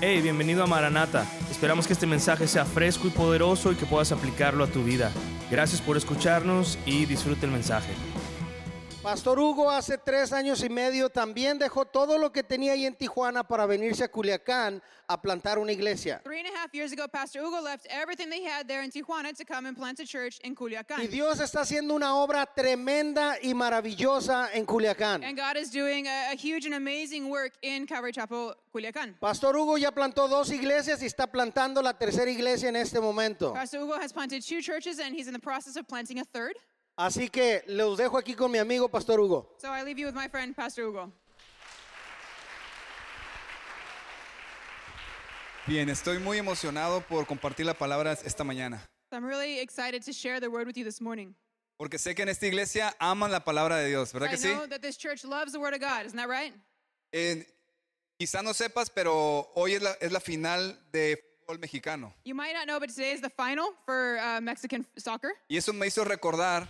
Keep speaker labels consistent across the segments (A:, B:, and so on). A: Hey, bienvenido a Maranata. Esperamos que este mensaje sea fresco y poderoso y que puedas aplicarlo a tu vida. Gracias por escucharnos y disfrute el mensaje.
B: Pastor Hugo hace tres años y medio también dejó todo lo que tenía ahí en Tijuana para venirse a Culiacán a plantar una iglesia.
C: Three and a half years ago, Pastor Hugo left everything they had there in Tijuana to come and plant a church in
B: Y
C: Culiacan.
B: Dios está haciendo una obra tremenda y maravillosa en Culiacán.
C: And God is doing a, a huge and amazing work in Calvary Chapel, Culiacan.
B: Pastor Hugo ya plantó dos iglesias y está plantando la tercera iglesia en este
D: Oh.
B: momento.
C: Pastor Hugo has planted two churches and he's in the process of planting a third.
B: Así que los dejo aquí con mi amigo Pastor Hugo.
C: So I leave you with my friend, Pastor Hugo.
D: Bien, estoy muy emocionado por compartir la palabra esta mañana,
C: I'm really excited to share the word with you this morning.
D: porque sé que en esta iglesia aman la palabra de Dios, ¿verdad
C: I
D: que sí?
C: know that this church loves the word of God, isn't that right?
D: Eh, quizá no sepas, pero hoy es la, es la final de fútbol mexicano.
C: You might not know, but today is the final for uh, Mexican soccer.
D: Y eso me hizo recordar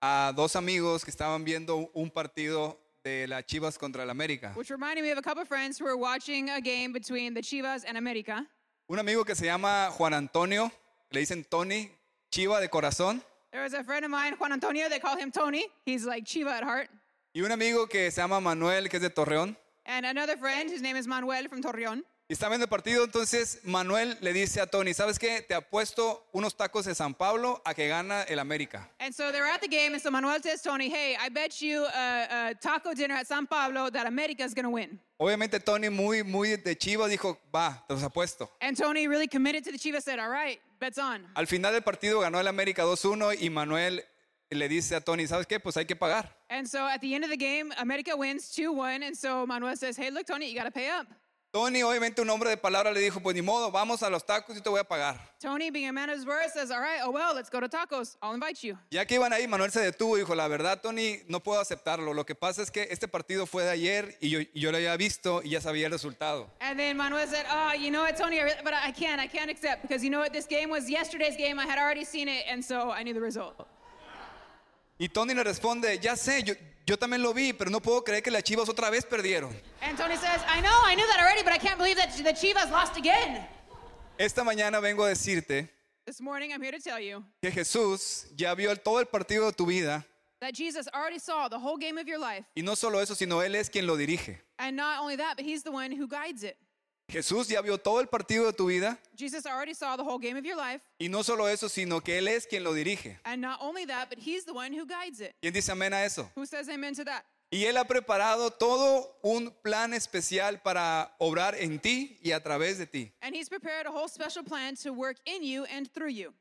D: a dos amigos que estaban viendo un partido de las Chivas contra el América.
C: Which reminded me of a couple friends who were watching a game between the Chivas and America.
D: Un amigo que se llama Juan Antonio, le dicen Tony, Chiva de corazón.
C: There was a friend of mine, Juan Antonio, they call him Tony. He's like Chiva at heart.
D: Y un amigo que se llama Manuel, que es de Torreón.
C: And another friend, his name is Manuel from Torreon.
D: Y está viendo el partido, entonces Manuel le dice a Tony, ¿sabes qué? Te apuesto unos tacos de San Pablo a que gana el América.
C: And so they were at the game, and so Manuel says, Tony, hey, I bet you a, a taco dinner at San Pablo that America's gonna win.
D: Obviamente Tony muy, muy de chiva dijo, va, te los apuesto.
C: And Tony really committed to the Chivas, said, all right, bet's on.
D: Al final del partido ganó el América 2-1 y Manuel le dice a Tony, ¿sabes qué? Pues hay que pagar.
C: And so at the end of the game, America wins 2 1. And so Manuel says, hey, look, Tony, you gotta pay up.
D: Tony, obviamente un hombre de palabra le dijo, pues ni modo, vamos a los tacos y te voy a pagar.
C: Tony, being a man of his word, says, all right, oh well, let's go to tacos. I'll invite you.
D: Ya que iban ahí, Manuel se detuvo y dijo, la verdad, Tony, no puedo aceptarlo. Lo que pasa es que este partido fue de ayer y yo, yo lo había visto y ya sabía el resultado.
C: And then Manuel said, Oh, you know what, Tony, I re- but I can't, I can't accept because you know what, this game was yesterday's game. I had already seen it, and so I knew the result.
D: Y Tony le responde, ya sé, yo, yo también lo vi, pero no puedo creer que las Chivas otra vez perdieron.
C: And Tony says, I know, I knew that already, but I can't believe that the Chivas lost again.
D: Esta mañana vengo a decirte
C: This morning, I'm here to tell you
D: que Jesús ya vio el- todo el partido de tu vida
C: that Jesus already saw the whole game of your life.
D: y no solo eso, sino Él es quien lo dirige.
C: And not only that, but He's the one who guides it.
D: Jesús ya vio todo el partido de tu vida
C: Jesus already saw the whole game of your life.
D: y no solo eso, sino que Él es quien lo dirige.
C: And not only that, but He's the one who guides it.
D: ¿Quién dice amén a eso?
C: Who says amen to that?
D: Y Él ha preparado todo un plan especial para obrar en ti y a través de ti.
C: And He's prepared a whole special plan to work in you and through you.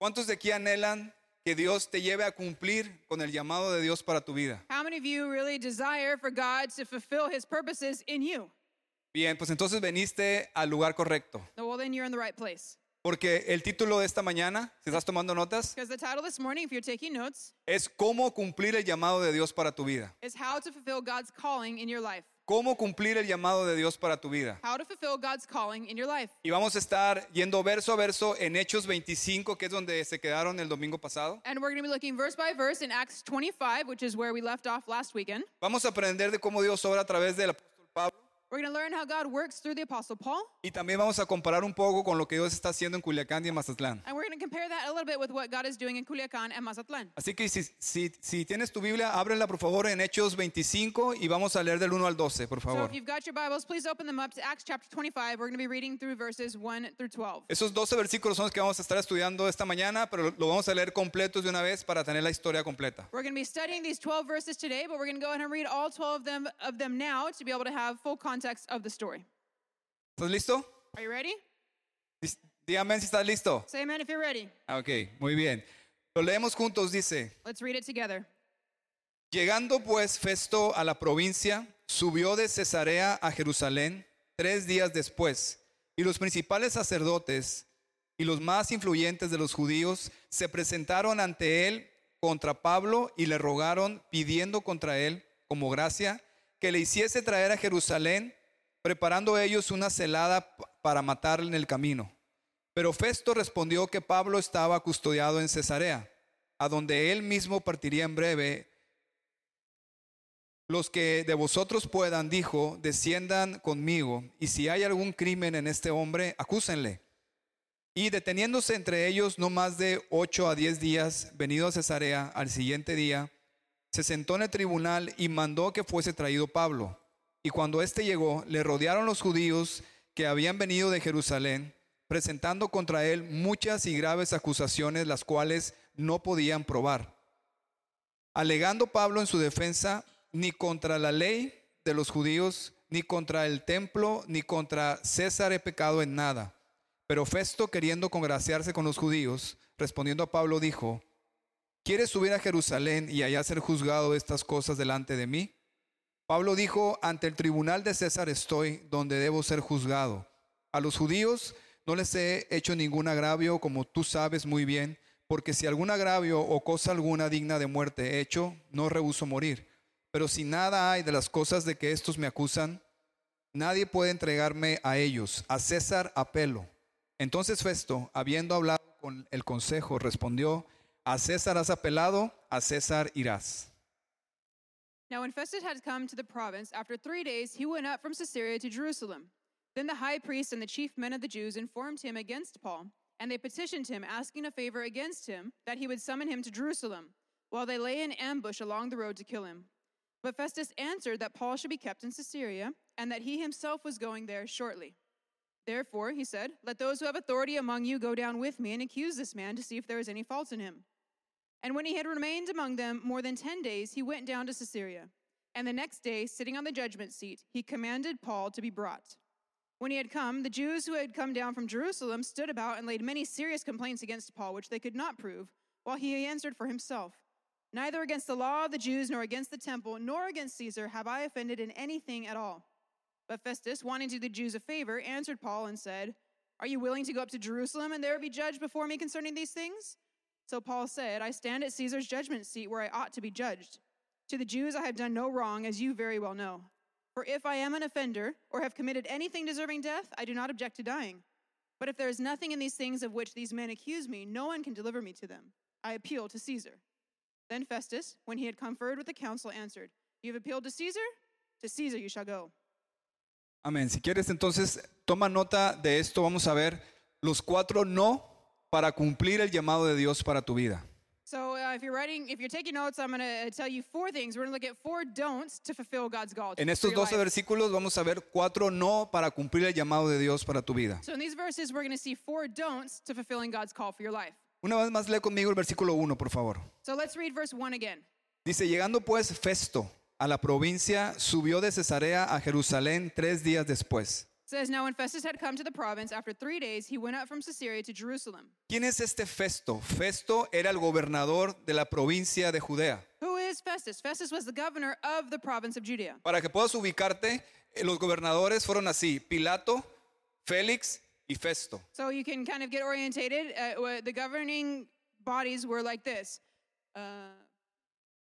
D: ¿Cuántos de aquí anhelan que Dios te lleve a cumplir con el llamado de Dios para tu vida?
C: How many of you really desire for God to fulfill his purposes in you?
D: Bien, pues entonces veniste al lugar correcto.
C: Well, then you're in the right place.
D: Porque el título de esta mañana, si estás tomando notas,
C: Because the title this morning, if you're taking notes,
D: es Cómo cumplir el llamado de Dios para tu vida.
C: is How to Fulfill God's Calling in Your Life.
D: Cómo cumplir el llamado de Dios para tu vida.
C: How to Fulfill God's Calling in Your Life.
D: Y vamos a estar yendo verso a verso en Hechos 25, que es donde se quedaron el domingo pasado.
C: And we're going to be looking verse by verse in Acts 25, which is where we left off last weekend.
D: Vamos a aprender de cómo Dios obra a través del apóstol Pablo.
C: We're going to learn how God works through the Apostle Paul,
D: Y también vamos a comparar un poco con lo que Dios está haciendo en Culiacán y en Mazatlán.
C: and we're going to compare that a little bit with what God is doing in Culiacan and Mazatlan.
D: Así que si, si- si tienes tu Biblia, ábrela por favor en Hechos 25 y vamos a leer del 1 al 12, por
C: So
D: favor.
C: if you've got your Bibles, please open them up to Acts chapter 25. We're going to be reading through verses 1 through 12.
D: Esos 12 versículos son los que vamos a estar estudiando esta mañana, pero lo vamos a leer completos de una vez para tener la historia completa.
C: We're going to be studying these 12 verses today, but we're going to go ahead and read all 12 of them, of them now to be able to have full context of the story.
D: ¿Estás listo?
C: Are you ready?
D: Dis- Di amén si estás listo.
C: Say amen if you're ready.
D: Ah, Ok, muy bien. Lo leemos juntos, dice.
C: Let's read it together.
D: Llegando pues Festo a la provincia, subió de Cesarea a Jerusalén tres días después, y los principales sacerdotes y los más influyentes de los judíos se presentaron ante él contra Pablo y le rogaron, pidiendo contra él, como gracia, que le hiciese traer a Jerusalén, preparando ellos una celada p- para matarle en el camino. Pero Festo respondió que Pablo estaba custodiado en Cesarea, a donde él mismo partiría en breve Los que de vosotros puedan, dijo, desciendan conmigo, y si hay algún crimen en este hombre, acúsenle. Y deteniéndose entre ellos no más de ocho a diez días, venido a Cesarea al siguiente día, se sentó en el tribunal y mandó que fuese traído Pablo. Y cuando éste llegó, le rodearon los judíos que habían venido de Jerusalén, presentando contra él muchas y graves acusaciones, las cuales no podían probar. Alegando Pablo en su defensa, ni contra la ley de los judíos, ni contra el templo, ni contra César he pecado en nada. Pero Festo, queriendo congraciarse con los judíos, respondiendo a Pablo, dijo, ¿Quieres subir a Jerusalén y allá ser juzgado de estas cosas delante de mí? Pablo dijo, ante el tribunal de César estoy donde debo ser juzgado. A los judíos no les he hecho ningún agravio, como tú sabes muy bien, porque si algún agravio o cosa alguna digna de muerte he hecho, no rehuso morir. Pero si nada hay de las cosas de que estos me acusan, nadie puede entregarme a ellos. A César apelo. Entonces Festo, habiendo hablado con el consejo, respondió, a César has apelado, a César irás.
C: Now, when Festus had come to the province, after three days he went up from Caesarea to Jerusalem. Then the high priest and the chief men of the Jews informed him against Paul, and they petitioned him, asking a favor against him, that he would summon him to Jerusalem, while they lay in ambush along the road to kill him. But Festus answered that Paul should be kept in Caesarea, and that he himself was going there shortly. Therefore, he said, Let those who have authority among you go down with me and accuse this man to see if there is any fault in him. And when he had remained among them more than ten days, he went down to Caesarea. And the next day, sitting on the judgment seat, he commanded Paul to be brought. When he had come, the Jews who had come down from Jerusalem stood about and laid many serious complaints against Paul, which they could not prove, while he answered for himself Neither against the law of the Jews, nor against the temple, nor against Caesar have I offended in anything at all. But Festus, wanting to do the Jews a favor, answered Paul and said, Are you willing to go up to Jerusalem and there be judged before me concerning these things? So Paul said, I stand at Caesar's judgment seat where I ought to be judged. To the Jews I have done no wrong, as you very well know. For if I am an offender, or have committed anything deserving death, I do not object to dying. But if there is nothing in these things of which these men accuse me, no one can deliver me to them. I appeal to Caesar. Then Festus, when he had conferred with the council, answered, You have appealed to Caesar? To Caesar you shall go.
D: Amén. Si quieres, entonces toma nota de esto. Vamos a ver los cuatro no para cumplir el llamado de Dios para tu vida.
C: So uh, if you're writing, if you're taking notes, I'm going to tell you four things. We're going to look at four don'ts to fulfill God's call.
D: En
C: for
D: estos
C: your
D: 12
C: life.
D: versículos vamos a ver cuatro no para cumplir el llamado de Dios para tu vida.
C: So in these verses, we're going to see four don'ts to fulfilling God's call for your life.
D: Una vez más, lee conmigo el versículo 1, por favor.
C: So let's read verse 1 again.
D: Dice, llegando pues Festo a la provincia, subió de Cesarea a Jerusalén tres días después.
C: It says, Now when Festus had come to the province, after three days he went up from Caesarea to Jerusalem.
D: ¿Quién es este Festo? Festo era el gobernador de la provincia de Judea.
C: Who is Festus? Festus was the governor of the province of Judea.
D: Para que puedas ubicarte, eh, los gobernadores fueron así, Pilato, Félix y Festo.
C: So you can kind of get orientated. Uh, wa- the governing bodies were like this uh,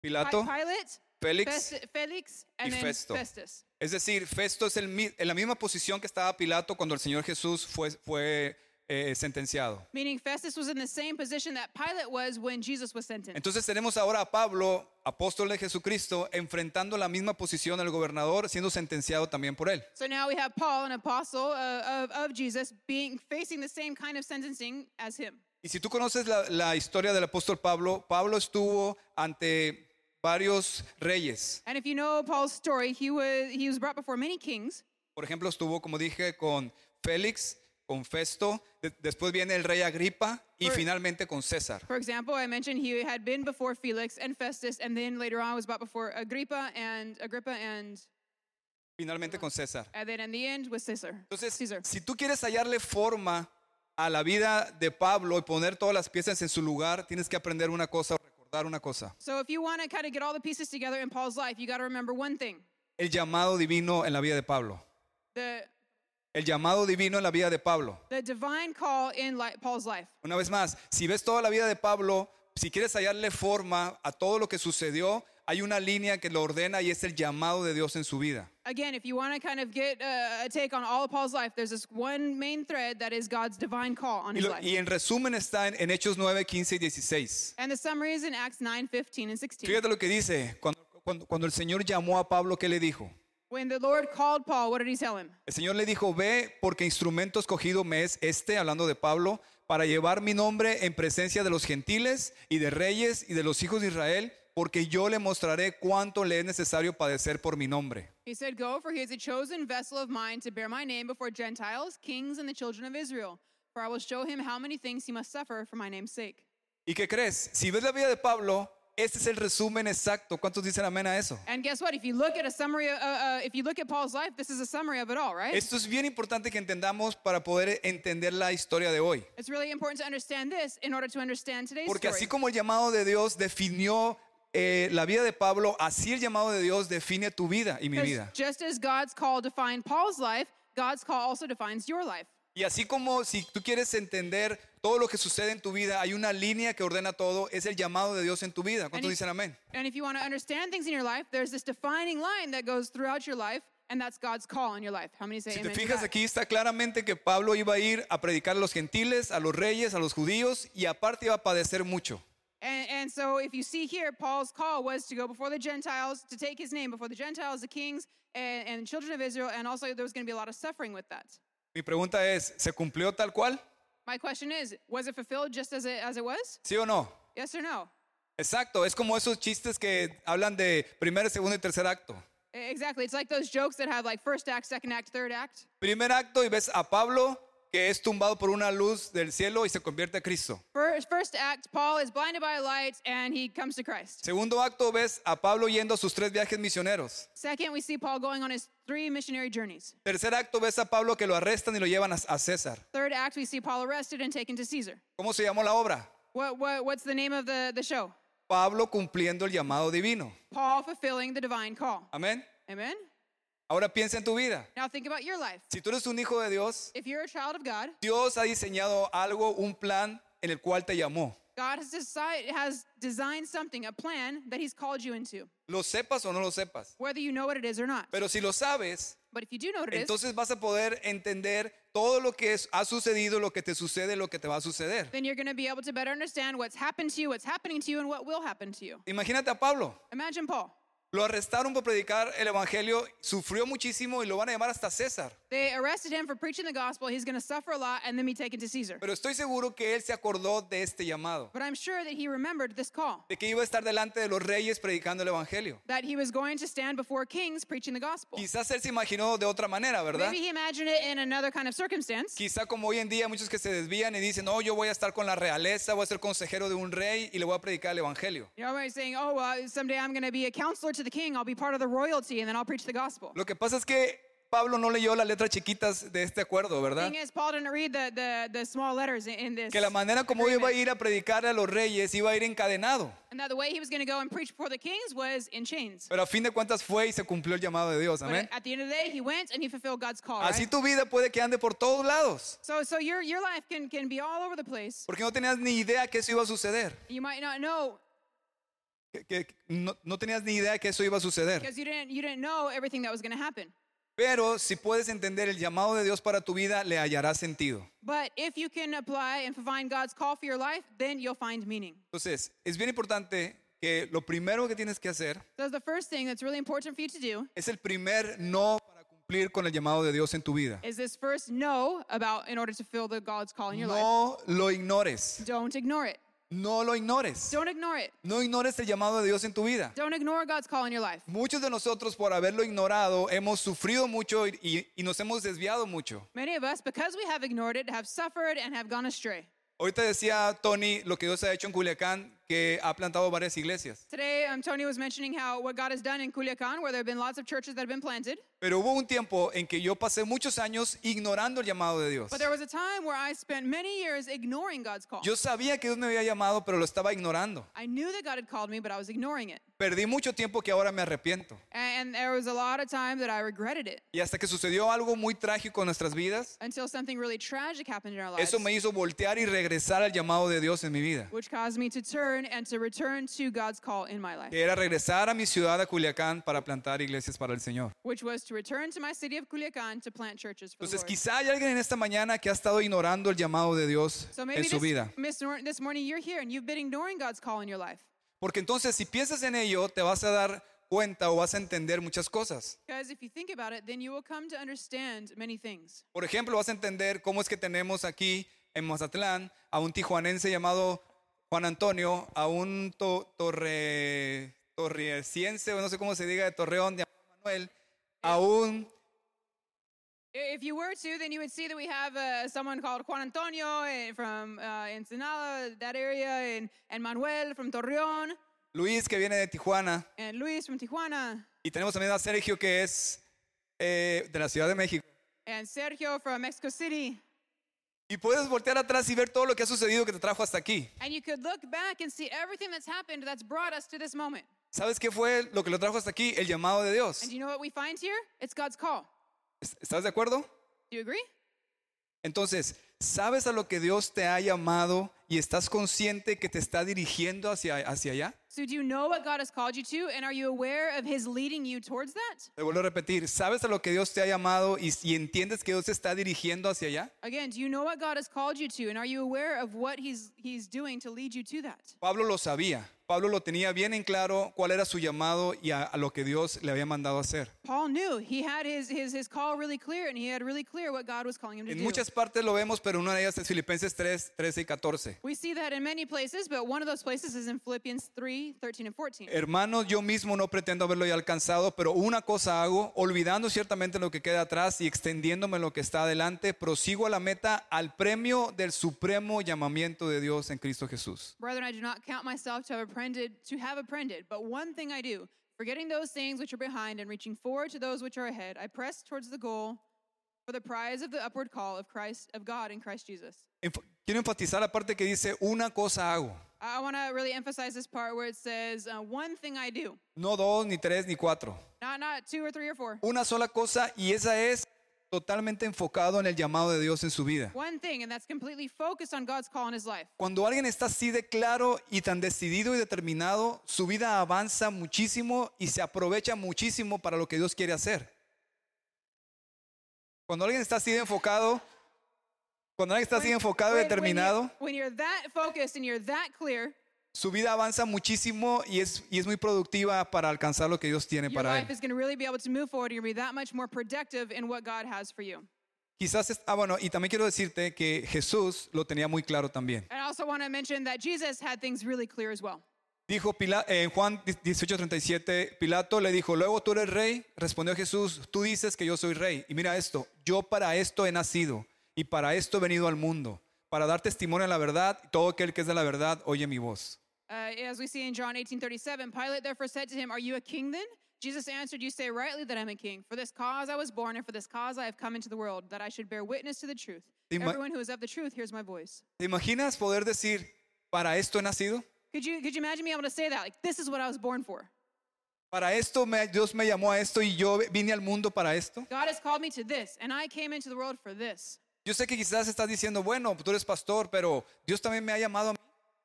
C: Pi-
D: Pilato,
C: Pilate,
D: Félix.
C: Fest- Felix, and
D: y
C: then
D: Festo.
C: Festus.
D: Es decir, Festo es el mi- en la misma posición que estaba Pilato cuando el Señor Jesús fue, fue eh, sentenciado.
C: Meaning Festus was in the same position that Pilate was when Jesus was sentenced.
D: Entonces tenemos ahora a Pablo, apóstol de Jesucristo, enfrentando la misma posición al gobernador, siendo sentenciado también por él.
C: So now we have Paul, an apostle uh, of, of Jesus, being facing the same kind of sentencing as him.
D: Y si tú conoces la, la historia del apóstol Pablo, Pablo estuvo ante varios reyes.
C: And if you know Paul's story, he was he was brought before many kings.
D: Por ejemplo, estuvo, como dije, con Félix, con Festo, de- después viene el rey Agripa y
C: Right.
D: finalmente con César.
C: For example, I mentioned he had been before Felix and Festus, and then later on was brought before Agrippa and Agrippa and
D: Finalmente con César.
C: and then in the end was Caesar.
D: Entonces,
C: Caesar.
D: si tú quieres hallarle forma a la vida de Pablo y poner todas las piezas en su lugar, tienes que aprender una cosa o recordar una cosa.
C: So if you want to kind of get all the pieces together in Paul's life, you got to remember one thing:
D: El llamado divino en la vida de Pablo.
C: the
D: El llamado divino en la vida de Pablo.
C: the divine call in li- Paul's life.
D: Una vez más, si ves toda la vida de Pablo, si quieres hallarle forma a todo lo que sucedió, hay una línea que lo ordena y es el llamado de Dios en su vida.
C: Again, if you want to kind of get uh, a take on all of Paul's life, there's this one main thread that is God's divine call on
D: Y,
C: his
D: lo-
C: life.
D: y en resumen está en, en Hechos 9, 15 y 16.
C: And the summary is in Acts 9, 15, and 16.
D: Fíjate lo que dice, cuando, cuando, cuando el Señor llamó a Pablo, ¿qué le dijo?
C: When the Lord called Paul, what did he tell him?
D: El Señor le dijo, ve porque instrumento escogido me es este, hablando de Pablo, para llevar mi nombre en presencia de los gentiles y de reyes y de los hijos de Israel, porque yo le mostraré cuánto le es necesario padecer por mi nombre.
C: He said, Go, for he is a chosen vessel of mine to bear my name before Gentiles, kings, and the children of Israel. For I will show him how many things he must suffer for my name's sake.
D: ¿Y qué crees? Si ves la vida de Pablo, este es el resumen exacto. ¿Cuántos dicen amén a eso?
C: And guess what? If you look at a summary, uh, uh, if you look at Paul's life, this is a summary of it all, right?
D: Esto es bien importante que entendamos para poder entender la historia de hoy.
C: It's really important to understand this in order to understand today's
D: Porque así
C: story.
D: como el llamado de Dios definió eh, la vida de Pablo, así el llamado de Dios define tu vida y mi
C: 'Cause
D: vida.
C: Just as God's call defined Paul's life, God's call also defines your life.
D: Y así como si tú quieres entender todo lo que sucede en tu vida, hay una línea que ordena todo, es el llamado de Dios en tu vida. ¿Cuántos
C: Any-
D: dicen amén?
C: And if you want to understand things in your life, there's this defining line that goes throughout your life, and that's God's call in your life. How many say
D: Si te
C: amen? to
D: fijas
C: that?
D: aquí está claramente que Pablo iba a ir a predicar a los gentiles, a los reyes, a los judíos y aparte iba a padecer mucho.
C: And, and so, if you see here, Paul's call was to go before the Gentiles, to take his name before the Gentiles, the kings, and, and children of Israel, and also there was going to be a lot of suffering with that.
D: Mi pregunta es, ¿se cumplió tal cual?
C: My question is, was it fulfilled just as it, as it was?
D: ¿Sí o no?
C: Yes or no?
D: Exacto, es como esos chistes que hablan de primer, segundo y tercer acto.
C: E- Exactly. It's like those jokes that have like first act, second act, third act.
D: Primer acto y ves a Pablo que es tumbado por una luz del cielo y se convierte a Cristo.
C: First, first act, Paul is blinded by a light and he comes to Christ.
D: Segundo acto ves a Pablo yendo a sus tres viajes misioneros.
C: Second, we see Paul going on his three missionary journeys.
D: Tercer acto ves a Pablo que lo arrestan y lo llevan a, a César.
C: Third act, we see Paul arrested and taken to Caesar.
D: ¿Cómo se llamó la obra?
C: What, what, what's the name of the, the show?
D: Pablo cumpliendo el llamado divino.
C: Paul fulfilling the divine call.
D: Amén.
C: Amen?
D: Ahora piensa en tu vida.
C: Now think about your life.
D: Si tú eres un hijo de Dios,
C: If you're a child of God,
D: Dios ha diseñado algo, un plan en el cual te llamó.
C: God has, decide, has designed something, a plan that He's called you into,
D: Lo sepas o no lo sepas.
C: whether you know what it is or not.
D: Pero si lo sabes,
C: But if you do know what it is,
D: entonces vas a poder entender todo lo que es- ha sucedido, lo que te sucede, lo que te va a suceder.
C: then you're going to be able to better understand what's happened to you, what's happening to you, and what will happen to you.
D: Imagínate a Pablo.
C: Imagine Paul.
D: Lo arrestaron por predicar el evangelio, sufrió muchísimo y lo van a llamar hasta César.
C: They arrested him for preaching the gospel. He's going to suffer a lot and then be taken to Caesar.
D: Pero estoy seguro que él se acordó de este llamado,
C: But I'm sure that he remembered this call,
D: de que iba a estar delante de los reyes predicando el evangelio.
C: that he was going to stand before kings preaching the gospel.
D: Quizás él se imaginó de otra manera, ¿verdad?
C: Maybe he imagined it in another kind of circumstance.
D: Quizá como hoy en día muchos que se desvían y dicen, no, yo voy a estar con la realeza, voy a ser consejero de un rey y le voy a predicar el evangelio.
C: You know, everybody's saying, oh, well, someday I'm going to be a counselor to the king. I'll be part of the royalty and then I'll preach the gospel.
D: Lo que pasa es que Pablo no leyó las letras chiquitas de este acuerdo, ¿verdad?
C: thing is, Paul didn't read the, the, the small letters in, in this.
D: Que la manera como iba a
C: agreement.
D: ir a predicar a los reyes iba a ir encadenado.
C: And that the way he was going to go and preach before the kings was in chains.
D: Pero a fin de cuentas fue y se cumplió el llamado de Dios,
C: But
D: amén.
C: at the end of the day, he went and he fulfilled God's call.
D: Así
C: right?
D: tu vida puede que ande por todos lados,
C: So, so your, your life can, can be all over the place.
D: porque no tenías ni idea que eso iba a suceder.
C: You might not know
D: Que- que no, no tenías ni idea que eso iba a suceder.
C: because you didn't, you didn't know everything that was going to happen.
D: Pero si puedes entender el llamado de Dios para tu vida, le hallará sentido.
C: But if you can apply and find God's call for your life, then you'll find meaning.
D: Entonces, es bien importante que lo primero que tienes que hacer
C: So the first thing that's really important for you to do
D: es el primer no para cumplir con el llamado de Dios en tu vida.
C: is this first know about in order to fill the God's call in your life.
D: No lo ignores.
C: Don't ignore it.
D: No lo ignores.
C: Don't ignore it.
D: No ignores el llamado de Dios en tu vida.
C: Don't ignore God's call in your life.
D: Muchos de nosotros por haberlo ignorado hemos sufrido mucho y, y- y nos hemos desviado mucho.
C: Many of us, because we have ignored it, have suffered and have gone astray.
D: Ahorita decía Tony lo que Dios ha hecho en Culiacán, que ha plantado varias iglesias.
C: Today, um, Tony was mentioning how what God has done in Culiacan, where there have been lots of churches that have been planted.
D: Pero hubo un tiempo en que yo pasé muchos años ignorando el llamado de Dios.
C: But there was a time where I spent many years ignoring God's call.
D: Yo sabía que Dios me había llamado, pero lo estaba ignorando.
C: I knew that God had called me, but I was ignoring it.
D: Perdí mucho tiempo que ahora me arrepiento.
C: And, and there was a lot of time that I regretted it
D: Y hasta que sucedió algo muy trágico en nuestras vidas,
C: until something really tragic happened in our lives,
D: eso me hizo voltear y regresar al llamado de Dios en mi vida.
C: which caused me to turn and to return to God's call in my life,
D: Que era regresar a mi ciudad, a Culiacán, para plantar iglesias para el Señor.
C: which was to return to my city of Culiacan to plant churches for the
D: Entonces
C: Lord.
D: quizá hay alguien en esta mañana que ha estado ignorando el llamado de Dios
C: So maybe
D: en su
C: this,
D: vida.
C: Miss Nor- this morning you're here and you've been ignoring God's call in your life.
D: Porque entonces si piensas en ello, te vas a dar cuenta o vas a entender muchas cosas.
C: Because if you think about it, then you will come to understand many things.
D: Por ejemplo, vas a entender cómo es que tenemos aquí en Mazatlán a un tijuanense llamado Juan Antonio, a un to- torre, torreciense, o no sé cómo se diga, de Torreón, llamado Manuel, a un
C: I- If you were to, then you would see that we have uh, someone called Juan Antonio eh, from uh, Ensenada, that area, and, and Manuel from Torreón,
D: Luis que viene de Tijuana,
C: and Luis from Tijuana,
D: y tenemos también a Sergio que es eh, de la Ciudad de México.
C: and Sergio from Mexico City.
D: Y puedes voltear atrás y ver todo lo que ha sucedido que te trajo hasta aquí.
C: And you could look back and see everything that's happened that's brought us to this moment.
D: ¿Sabes qué fue lo que lo trajo hasta aquí? El llamado de Dios.
C: And do you know what we find here? It's God's call.
D: ¿Es- ¿Estás de acuerdo?
C: Do you agree?
D: Entonces, ¿sabes a lo que Dios te ha llamado y estás consciente que te está dirigiendo hacia, hacia allá?
C: So, do you know what God has called you to, and are you aware of His leading you towards that?
D: Te vuelvo a repetir, ¿sabes a lo que Dios te ha llamado y, y entiendes que Dios te está dirigiendo hacia allá?
C: Again, do you know what God has called you to, and are you aware of what He's He's doing to lead you to that?
D: Pablo lo sabía, Pablo lo tenía bien en claro cuál era su llamado y a, a lo que Dios le había mandado hacer.
C: Paul knew he had his his his call really clear, and he had really clear what God was calling him to
D: En
C: do.
D: muchas partes lo vemos, pero una de ellas es Filipenses 3, 13 y 14.
C: we see that in many places, but one of those places is in Philippians 3, 13 and 14.
D: Hermanos, yo mismo no pretendo haberlo ya alcanzado, pero una cosa hago, olvidando ciertamente lo que queda atrás y extendiéndome lo que está adelante, prosigo a la meta, al premio del supremo llamamiento de Dios en Cristo Jesús.
C: Brethren, I do not count myself to have apprehended to have apprehended, but one thing I do, forgetting those things which are behind and reaching forward to those which are ahead, I press towards the goal for the prize of the upward call of Christ of God in Christ Jesus.
D: Enf- Quiero enfatizar la parte que dice, una cosa hago,
C: I want to really emphasize this part where it says, uh, "One thing I do."
D: no dos, ni tres, ni cuatro.
C: Not not two or three or four.
D: Una sola cosa y esa es totalmente enfocado en el llamado de Dios en su vida.
C: One thing, and that's completely focused on God's call in his life.
D: Cuando alguien está así de claro y tan decidido y determinado, su vida avanza muchísimo y se aprovecha muchísimo para lo que Dios quiere hacer. Cuando alguien está así de enfocado, cuando alguien está así de enfocado y
C: When- when you're-
D: determinado,
C: when you're that focused and you're that clear,
D: su vida avanza muchísimo y es, y es muy productiva para alcanzar lo que Dios tiene
C: your
D: para
C: life
D: él.
C: is going to really be able to move forward. You're going to be that much more productive in what God has for you.
D: Quizás, es- ah bueno, y también quiero decirte que Jesús lo tenía muy claro también.
C: And I also want to mention that Jesus had things really clear as well.
D: Dijo Pila- en Juan 18:37, Pilato le dijo, luego tú eres rey, respondió Jesús, tú dices que yo soy rey. Y mira esto, yo para esto he nacido y para esto he venido al mundo, para dar testimonio a la verdad, y todo aquel que es de la verdad oye mi voz.
C: Uh, as we see in John 18:37, Pilate therefore said to him, "Are you a king then?" Jesus answered, "You say rightly that I'm a king. For this cause I was born, and for this cause I have come into the world, that I should bear witness to the truth.
D: Te ima-
C: Everyone who is of the truth hears my voice."
D: ¿Te imaginas poder decir, para esto he nacido?
C: Could you could you imagine being able to say that? Like this is what I was born for.
D: Para esto me- Dios me llamó a esto y yo vine al mundo para esto.
C: God has called me to this, and I came into the world for this.
D: Yo sé que quizás estás diciendo, bueno, tú eres pastor, pero Dios también me ha llamado a mí.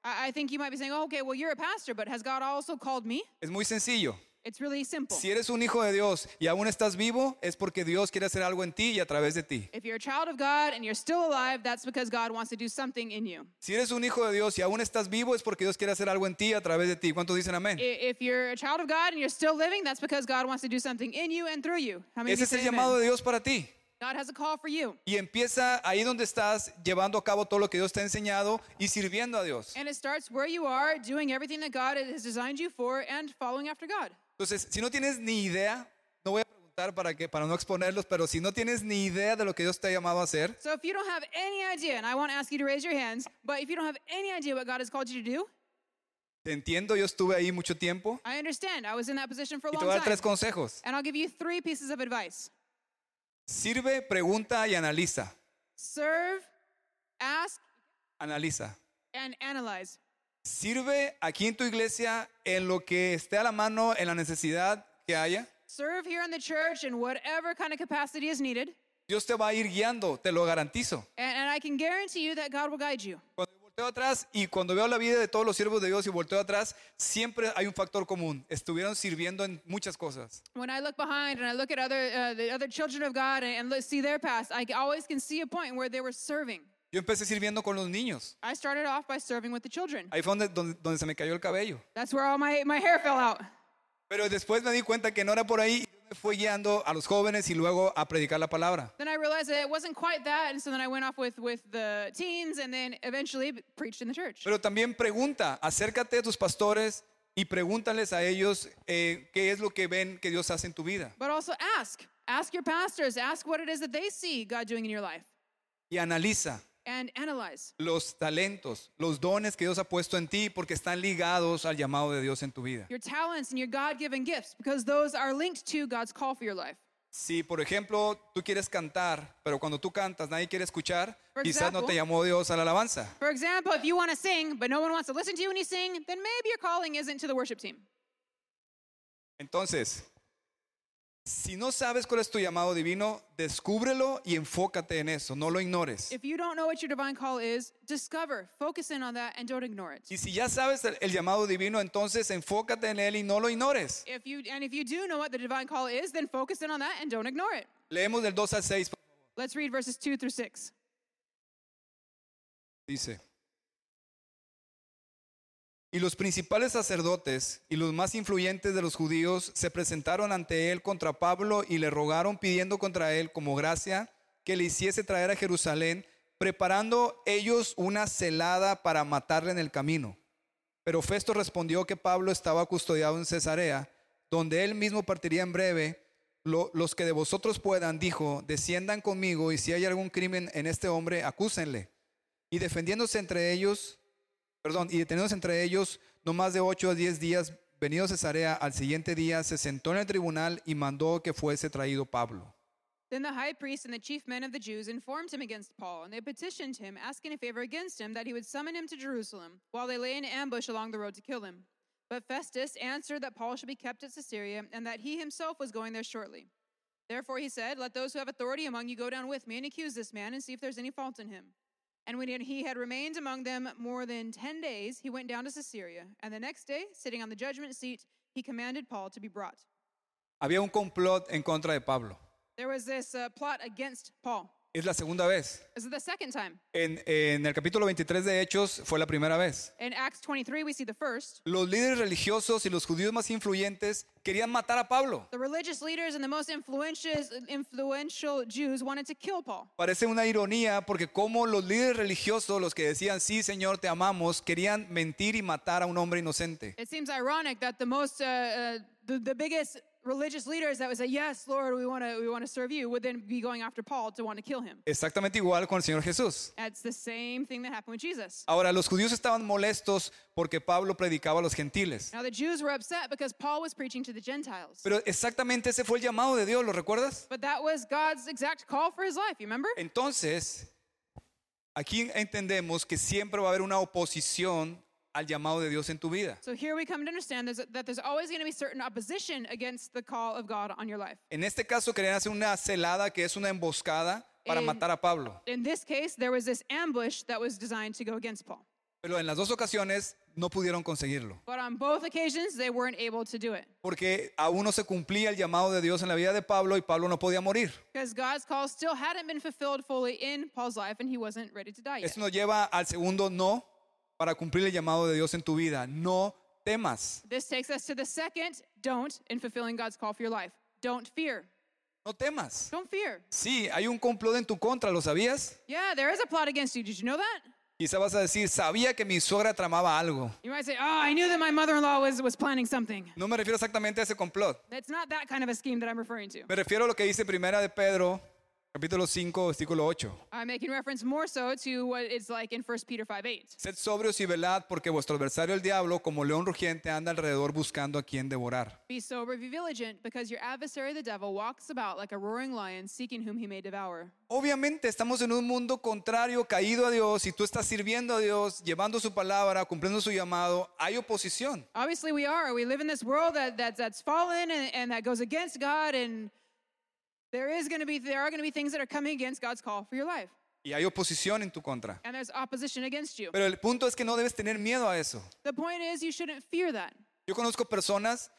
C: I, I think you might be saying, oh, "Okay, well you're a pastor, but has God also called me?"
D: Es muy sencillo.
C: It's really simple.
D: Si eres un hijo de Dios y aún estás vivo, es porque Dios quiere hacer algo en ti y a través de ti.
C: If you're a child of God and you're still alive, that's because God wants to do something in you.
D: Si eres un hijo de Dios y aún estás vivo, es porque Dios quiere hacer algo en ti y a través de ti. ¿Cuántos dicen
C: I-
D: amén?
C: If you're a child of God and you're still living, that's because God wants to do something in you and through you. How many of
D: Ese
C: you
D: es el
C: say amen?
D: llamado de Dios para ti.
C: God has a call for you.
D: Y empieza ahí donde estás, llevando a cabo todo lo que Dios te ha enseñado y sirviendo a Dios.
C: And it starts where you are, doing everything that God has designed you for and following after God.
D: Entonces, si no tienes ni idea, no voy a preguntar para, que, para no exponerlos, pero si no tienes ni idea de lo que Dios te ha llamado a hacer,
C: So if you don't have any idea, and I won't ask you to raise your hands, but if you don't have any idea what God has called you to do,
D: te entiendo, yo estuve ahí mucho tiempo
C: I understand. I was in that position for a
D: y te
C: long
D: voy a dar
C: time.
D: tres consejos.
C: And I'll give you three pieces of advice
D: Sirve, pregunta y analiza.
C: serve, ask,
D: Analiza.
C: and analyze.
D: Sirve aquí en tu iglesia en lo que esté a la mano, en la necesidad que haya.
C: Serve here in the church in whatever kind of capacity is needed.
D: Dios te va a ir guiando, te lo garantizo.
C: And, and I can guarantee you that God will guide you.
D: Cuando yo volteo atrás y cuando veo la vida de todos los siervos de Dios y volteo atrás, siempre hay un factor común. Estuvieron sirviendo en muchas cosas.
C: When I look behind and I look at other uh, the other children of God and, and look- see their past, I always can see a point where they were serving.
D: Yo empecé sirviendo con los niños.
C: I started off by serving with the children.
D: Ahí fue donde, donde, donde se me cayó el cabello.
C: That's where all my, my hair fell out.
D: Pero después me di cuenta que no era por ahí. y Dios me fue guiando a los jóvenes y luego a predicar la palabra.
C: Then I realized that it wasn't quite that, and so then I went off with, with the teens and then eventually preached in the church.
D: Pero también pregunta, acércate a tus pastores y pregúntales a ellos eh, qué es lo que ven que Dios hace en tu vida.
C: But also ask. Ask your pastors, ask what it is that they see God doing in your life,
D: Y analiza
C: and analyze.
D: los talentos, los dones que Dios ha puesto en ti porque están ligados al llamado de Dios en tu vida.
C: Your talents and your God given gifts, because those are linked to God's call for your life.
D: Si, por ejemplo, tú quieres cantar, pero cuando tú cantas nadie quiere escuchar,
C: For
D: quizás no
C: example-
D: te llamó Dios a la alabanza.
C: For example, if you want to sing, but no one wants to listen to you when you sing, then maybe your calling isn't to the worship team.
D: Entonces, si no sabes cuál es tu llamado divino, descúbrelo y enfócate en eso, no lo ignores.
C: If you don't know what your divine call is, discover, focus in on that, and don't ignore it.
D: Y si ya sabes el, el llamado divino, entonces enfócate en él y no lo ignores.
C: If you and if you do know what the divine call is, then focus in on that and don't ignore it.
D: Leemos del 2 al 6.
C: Let's read verses 2 through 6.
D: Dice, y los principales sacerdotes y los más influyentes de los judíos se presentaron ante él contra Pablo y le rogaron pidiendo contra él como gracia que le hiciese traer a Jerusalén, preparando ellos una celada para matarle en el camino. Pero Festo respondió que Pablo estaba custodiado en Cesarea, donde él mismo partiría en breve. Lo- los que de vosotros puedan, dijo, desciendan conmigo y si hay algún crimen en este hombre, acúsenle y defendiéndose entre ellos, perdón, y deteniéndose entre ellos no más de ocho a diez días, venido a Cesarea, al siguiente día se sentó en el tribunal y mandó que fuese traído Pablo.
C: Then the high priest and the chief men of the Jews informed him against Paul, and they petitioned him, asking a favor against him that he would summon him to Jerusalem, while they lay in ambush along the road to kill him. But Festus answered that Paul should be kept at Caesarea, and that he himself was going there shortly. Therefore he said, Let those who have authority among you go down with me and accuse this man, and see if there's any fault in him. And when he had remained among them more than ten days, he went down to Caesarea, and the next day, sitting on the judgment seat, he commanded Paul to be brought.
D: Había un complot en contra de Pablo.
C: There was this uh, plot against Paul.
D: Es la segunda vez.
C: This is the second time.
D: En, en el capítulo 23 de Hechos fue la primera vez.
C: In Acts 23, we see the first.
D: Los líderes religiosos y los judíos más influyentes querían matar a Pablo.
C: The religious leaders and the most influential, influential Jews wanted to kill Paul.
D: Parece una ironía porque como los líderes religiosos, los que decían, sí, Señor, te amamos, querían mentir y matar a un hombre inocente.
C: It seems ironic that the most, uh, uh, the, the biggest religious leaders that would say, "Yes, Lord, we want to, we want to serve you," would then be going after Paul to want to kill him.
D: Exactamente igual con el Señor Jesús.
C: That's the same thing that happened with Jesus.
D: Ahora, los judíos estaban molestos porque Pablo predicaba a los gentiles.
C: Now the Jews were upset because Paul was preaching to the Gentiles,
D: Pero exactamente ese fue el llamado de Dios, ¿lo recuerdas?
C: but that was God's exact call for his life. You remember?
D: Entonces, aquí entendemos que siempre va a haber una oposición al llamado de Dios en tu vida.
C: So here we come to understand there's, that there's always going to be certain opposition against the call of God on your life.
D: En este caso, querían hacer una celada que es una emboscada para
C: En-
D: matar a Pablo.
C: In this case, there was this ambush that was designed to go against Paul.
D: Pero en las dos ocasiones no pudieron conseguirlo.
C: But on both occasions, they weren't able to do it
D: Porque aún no se cumplía el llamado de Dios en la vida de Pablo y Pablo no podía morir.
C: because God's call still hadn't been fulfilled fully in Paul's life and he wasn't ready to die yet.
D: Esto nos lleva al segundo no para cumplir el llamado de Dios en tu vida. No temas.
C: This takes us to the second don't in fulfilling God's call for your life. Don't fear.
D: No temas.
C: Don't fear.
D: Sí, hay un complot en tu contra, ¿lo sabías?
C: Yeah, there is a plot against you. Did you know that?
D: Quizá vas a decir, sabía que mi suegra tramaba algo.
C: You might say, oh, I knew that my mother in law was, was planning something.
D: No me refiero exactamente a ese complot.
C: That's not that kind of a scheme that I'm referring to.
D: Me refiero a lo que dice Primera de Pedro, capítulo 5, versículo 8.
C: I'm making reference more so to what it's like in 1 Peter 5 8.
D: Sed sobrios y velad, porque vuestro adversario el diablo, como león rugiente, anda alrededor buscando a quien devorar.
C: Be sober, be vigilant, because your adversary the devil walks about like a roaring lion, seeking whom he may devour.
D: Obviamente estamos en un mundo contrario, caído a Dios, y tú estás sirviendo a Dios, llevando su palabra, cumpliendo su llamado, hay oposición.
C: Obviously, we are. We live in this world that, that that's fallen and, and that goes against God, and there is going to be there are going to be things that are coming against God's call for your life,
D: y hay oposición en tu contra.
C: and there's opposition against you.
D: Pero el punto es que no debes tener miedo a eso.
C: The point is, you shouldn't fear that.
D: Yo conozco personas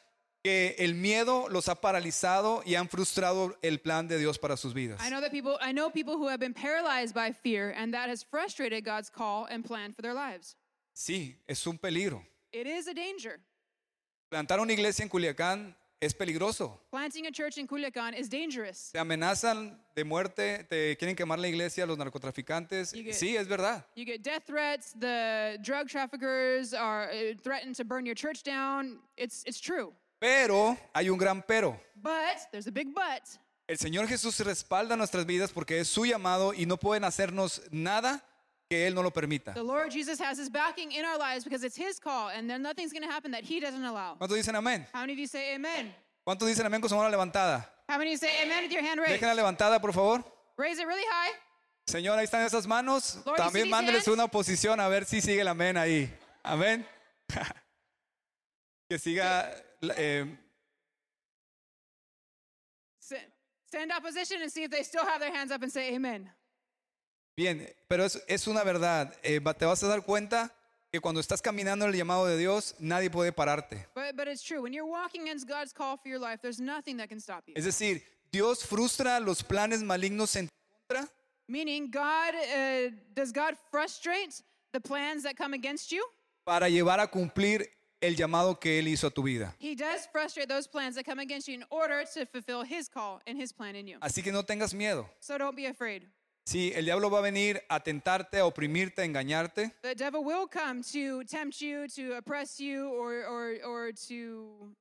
D: que el miedo los ha paralizado y han frustrado el plan de Dios para sus vidas.
C: I know that people I know people who have been paralyzed by fear, and that has frustrated God's call and plan for their lives.
D: Sí, es un peligro.
C: It is a danger.
D: Plantar una iglesia en Culiacán es peligroso.
C: Planting a church in Culiacan is dangerous.
D: Te amenazan de muerte, te quieren quemar la iglesia, los narcotraficantes.
C: Sigue.
D: Sí, es verdad.
C: You get death threats, the drug traffickers are uh, threatened to burn your church down. It's, it's true.
D: Pero hay un gran pero.
C: But, there's a big but.
D: El Señor Jesús respalda nuestras vidas porque es su llamado y no pueden hacernos nada que Él no lo permita.
C: The Lord Jesus has his backing in our lives because it's his call, and then nothing's going to happen that he doesn't allow.
D: ¿Cuántos dicen amén?
C: How many of you say amen?
D: ¿Cuántos dicen amén con su mano levantada?
C: How many of you say amen with your hand raised?
D: Déjenla levantada, por favor.
C: Raise it really high.
D: Señor, ahí están esas manos.
C: Lord, you see
D: También
C: these
D: mándeles
C: hands?
D: una oposición a ver si sigue el amén ahí. Amén. que siga. la- eh,
C: S- Send opposition and see if they still have their hands up and say amen.
D: bien, pero es, es una verdad. Eh, va- te vas a dar cuenta que cuando estás caminando en el llamado de Dios, nadie puede pararte.
C: But, but it's true. When you're walking against God's call for your life, there's nothing that can stop you.
D: Es decir, Dios frustra los planes malignos en tu contra,
C: Meaning, God uh, does God frustrate the plans that come against you?
D: para llevar a cumplir el llamado que Él hizo a tu vida.
C: He does frustrate those plans that come against you in order to fulfill His call and His plan in you.
D: Así que no tengas miedo.
C: So don't be afraid.
D: Sí, el diablo va a venir a tentarte, a oprimirte, a engañarte,
C: The devil will come to tempt you, to oppress you, or or or to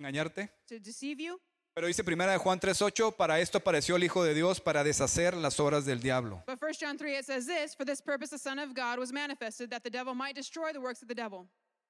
D: engañarte.
C: to deceive you.
D: Pero dice primera de Juan 3:8, para esto apareció el Hijo de Dios para deshacer las obras del diablo.
C: But 1 John 3 it says this, for this purpose the Son of God was manifested that the devil might destroy the works of the devil.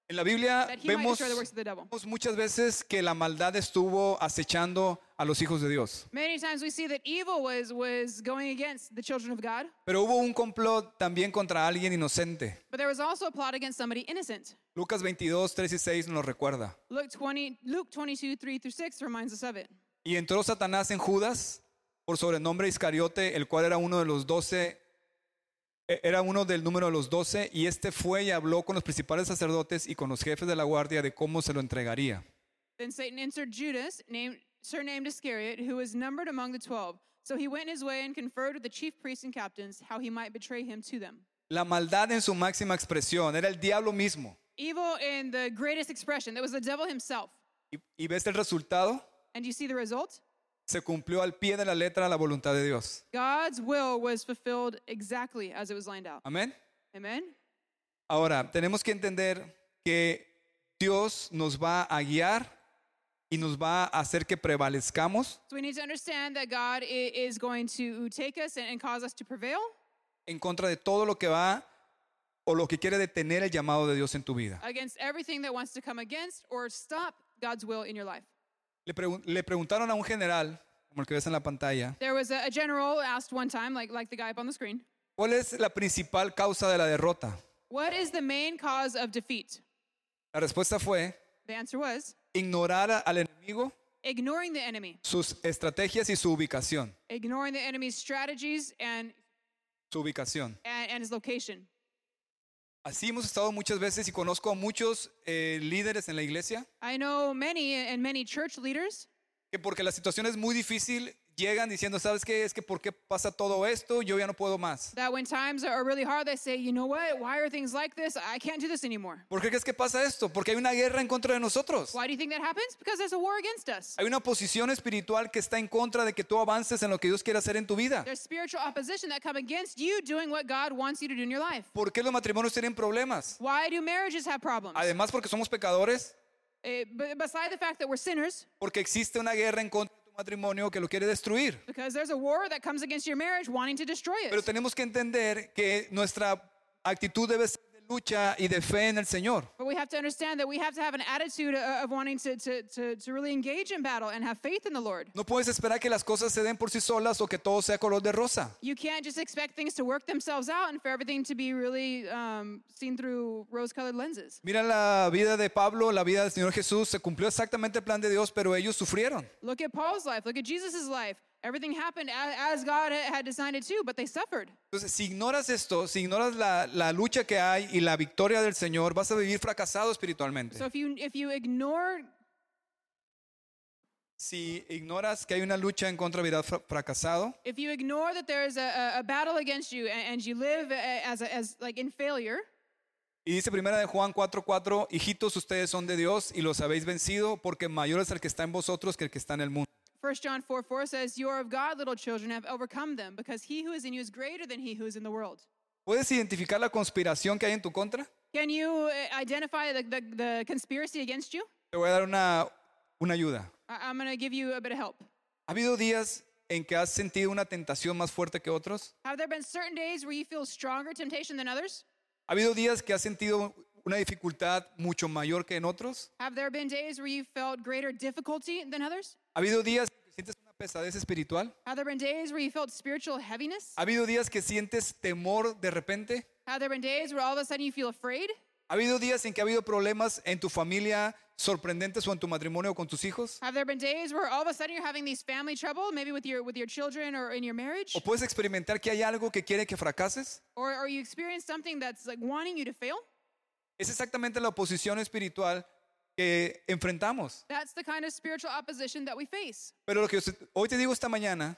D: En la Biblia
C: That he might
D: vemos,
C: destroy the works of the devil.
D: vemos muchas veces que la maldad estuvo acechando a los hijos de Dios.
C: Many times we see that evil was was going against the children of God,
D: Pero hubo un complot también contra alguien inocente.
C: but there was also a plot against somebody innocent.
D: Lucas 22, 3 y 6 nos recuerda.
C: Luke 20 Luke 22 3 through 6 reminds us of it.
D: Y entró Satanás en Judas, por sobrenombre Iscariote, el cual era uno de los doce, e- era uno del número de los doce, y este fue y habló con los principales sacerdotes y con los jefes de la guardia de cómo se lo entregaría.
C: Then Satan entered Judas, named surnamed Iscariot, who was numbered among the 12. So he went his way and conferred with the chief priests and captains how he might betray him to them.
D: La maldad en su máxima expresión, era el diablo mismo.
C: Evil in the greatest expression, that was the devil himself.
D: Y, y ves el resultado,
C: And you see the result?
D: se cumplió al pie de la letra la voluntad de Dios.
C: God's will was fulfilled exactly as it was lined out.
D: Amén.
C: Amen.
D: Ahora, tenemos que entender que Dios nos va a guiar y nos va a hacer que prevalezcamos
C: So we need to understand that God i- is going to take us and, and cause us to prevail
D: en contra de todo lo que va o lo que quiere detener el llamado de Dios en tu vida.
C: against everything that wants to come against or stop God's will in your life.
D: Le, pregun- le preguntaron a un general, como el que ves en la pantalla,
C: There was a, a general asked one time, like, like the guy up on the screen,
D: ¿cuál es la principal causa de la derrota?
C: What is the main cause of defeat?
D: La respuesta fue
C: The answer was
D: ignorar a- al enemigo,
C: ignoring the enemy,
D: sus estrategias y su ubicación.
C: ignoring the enemy's strategies and,
D: Su ubicación.
C: and, and his location.
D: Así hemos estado muchas veces y conozco a muchos eh, líderes en la iglesia
C: I know many and many church leaders
D: que porque la situación es muy difícil llegan diciendo, ¿sabes qué? Es que ¿por qué pasa todo esto? Yo ya no puedo más.
C: that when times are really hard, they say, you know what? Why are things like this? I can't do this anymore.
D: ¿Por qué crees que pasa esto? Porque hay una guerra en contra de nosotros.
C: Why do you think that happens? Because there's a war against us.
D: Hay una posición espiritual que está en contra de que tú avances en lo que Dios quiere hacer en tu vida.
C: There's spiritual opposition that come against you doing what God wants you to do in your life.
D: ¿Por qué los matrimonios tienen problemas?
C: Why do marriages have problems?
D: Además porque somos pecadores,
C: Eh, b- beside the fact that we're sinners,
D: porque existe una guerra en contra de tu matrimonio que lo quiere destruir.
C: because there's a war that comes against your marriage wanting to destroy it.
D: Pero tenemos que entender que nuestra actitud debe ser de lucha y de fe en el Señor.
C: But we have to understand that we have to have an attitude o- of wanting to, to, to, to really engage in battle and have faith in the Lord.
D: No puedes esperar que las cosas se den por sí solas o que todo sea color de rosa.
C: You can't just expect things to work themselves out and for everything to be really um, seen through rose colored lenses.
D: Mira la vida de Pablo, la vida del Señor Jesús, se cumplió exactamente el plan de Dios, pero ellos sufrieron.
C: Look at Paul's life, look at Jesus' life. Everything happened as, as God ha- had designed it to, but they suffered.
D: Entonces, si ignoras esto, si ignoras la, la lucha que hay y la victoria del Señor, vas a vivir fracasado espiritualmente.
C: So if you, if you ignore
D: si ignoras que hay una lucha en contra, virás fra- fracasado.
C: if you ignore that there's a, a, a battle against you and, and you live a- as, a, as like in failure,
D: Y dice primera de Juan 4:4, hijitos ustedes son de Dios y los habéis vencido porque mayor es el que está en vosotros que el que está en el mundo.
C: 1 John 4 4 says, You are of God, little children, and have overcome them, because he who is in you is greater than he who is in the world.
D: ¿Puedes identificar la conspiración que hay en tu contra?
C: Can you uh, identify the, the, the conspiracy against you?
D: Te voy a dar una, una ayuda.
C: I- I'm going to give you a bit of help.
D: ¿Ha habido días en que has sentido una tentación más fuerte que otros?
C: Have there been certain days where you feel stronger temptation than others?
D: ¿Ha habido días que has sentido una dificultad mucho mayor que en otros?
C: Have there been days where you felt greater difficulty than others?
D: ¿Ha habido días que sientes una pesadez espiritual?
C: Have there been days where you felt spiritual heaviness?
D: ¿Ha habido días que sientes temor de repente?
C: Have there been days where all of a sudden you feel afraid?
D: ¿Ha habido días en que ha habido problemas en tu familia sorprendentes o en tu matrimonio o con tus hijos?
C: Have there been days where all of a sudden you're having these family trouble, maybe with your with your children or in your marriage?
D: ¿O puedes experimentar que hay algo que quiere que fracases?
C: Or or you experience something that's like wanting you to fail?
D: Es exactamente la oposición espiritual que enfrentamos.
C: That's the kind of spiritual opposition that we face.
D: Pero lo que os- hoy te digo esta mañana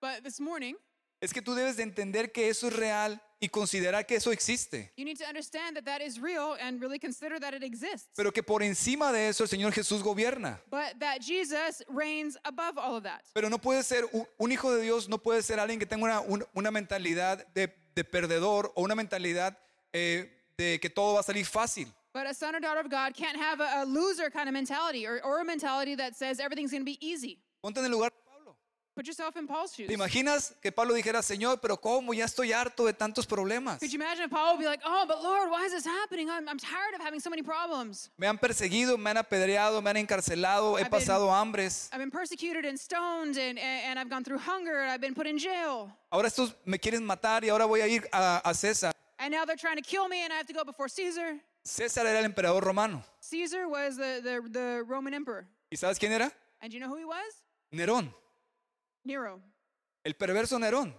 C: But this morning,
D: es que tú debes de entender que eso es real y considerar que eso existe.
C: you need to understand that that is real and really consider that it exists.
D: Pero que por encima de eso el Señor Jesús gobierna.
C: but that Jesus reigns above all of that.
D: Pero no puede ser un, un hijo de Dios, no puede ser alguien que tenga una, un- una mentalidad de, de perdedor o una mentalidad eh, de que todo va a salir fácil.
C: But a son or daughter of God can't have a, a loser kind of mentality or, or a mentality that says everything's going to be easy.
D: Ponte en el lugar de Pablo.
C: Put yourself in Paul's shoes.
D: ¿Te imaginas que Pablo dijera, Señor, pero cómo? Ya estoy harto de tantos problemas.
C: Could you imagine if Paul would be like, oh, but Lord, why is this happening? I'm, I'm tired of having so many problems.
D: Me han perseguido, me han apedreado, me han encarcelado, he
C: I've been-
D: pasado hambres.
C: I've been persecuted and stoned, and, and, and I've gone through hunger, and I've been put in jail.
D: Ahora estos me quieren matar y ahora voy a ir a, a César.
C: And now they're trying to kill me, and I have to go before Caesar.
D: César era el emperador romano.
C: Caesar was the, the, the Roman emperor.
D: ¿Y sabes quién era?
C: And do you know who he was?
D: Nerón.
C: Nero,
D: El perverso Nerón.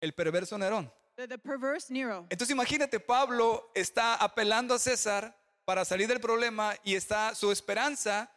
D: El perverso Nerón.
C: the, the perverse Nero.
D: Entonces imagínate, Pablo está apelando a César para salir del problema y está su esperanza,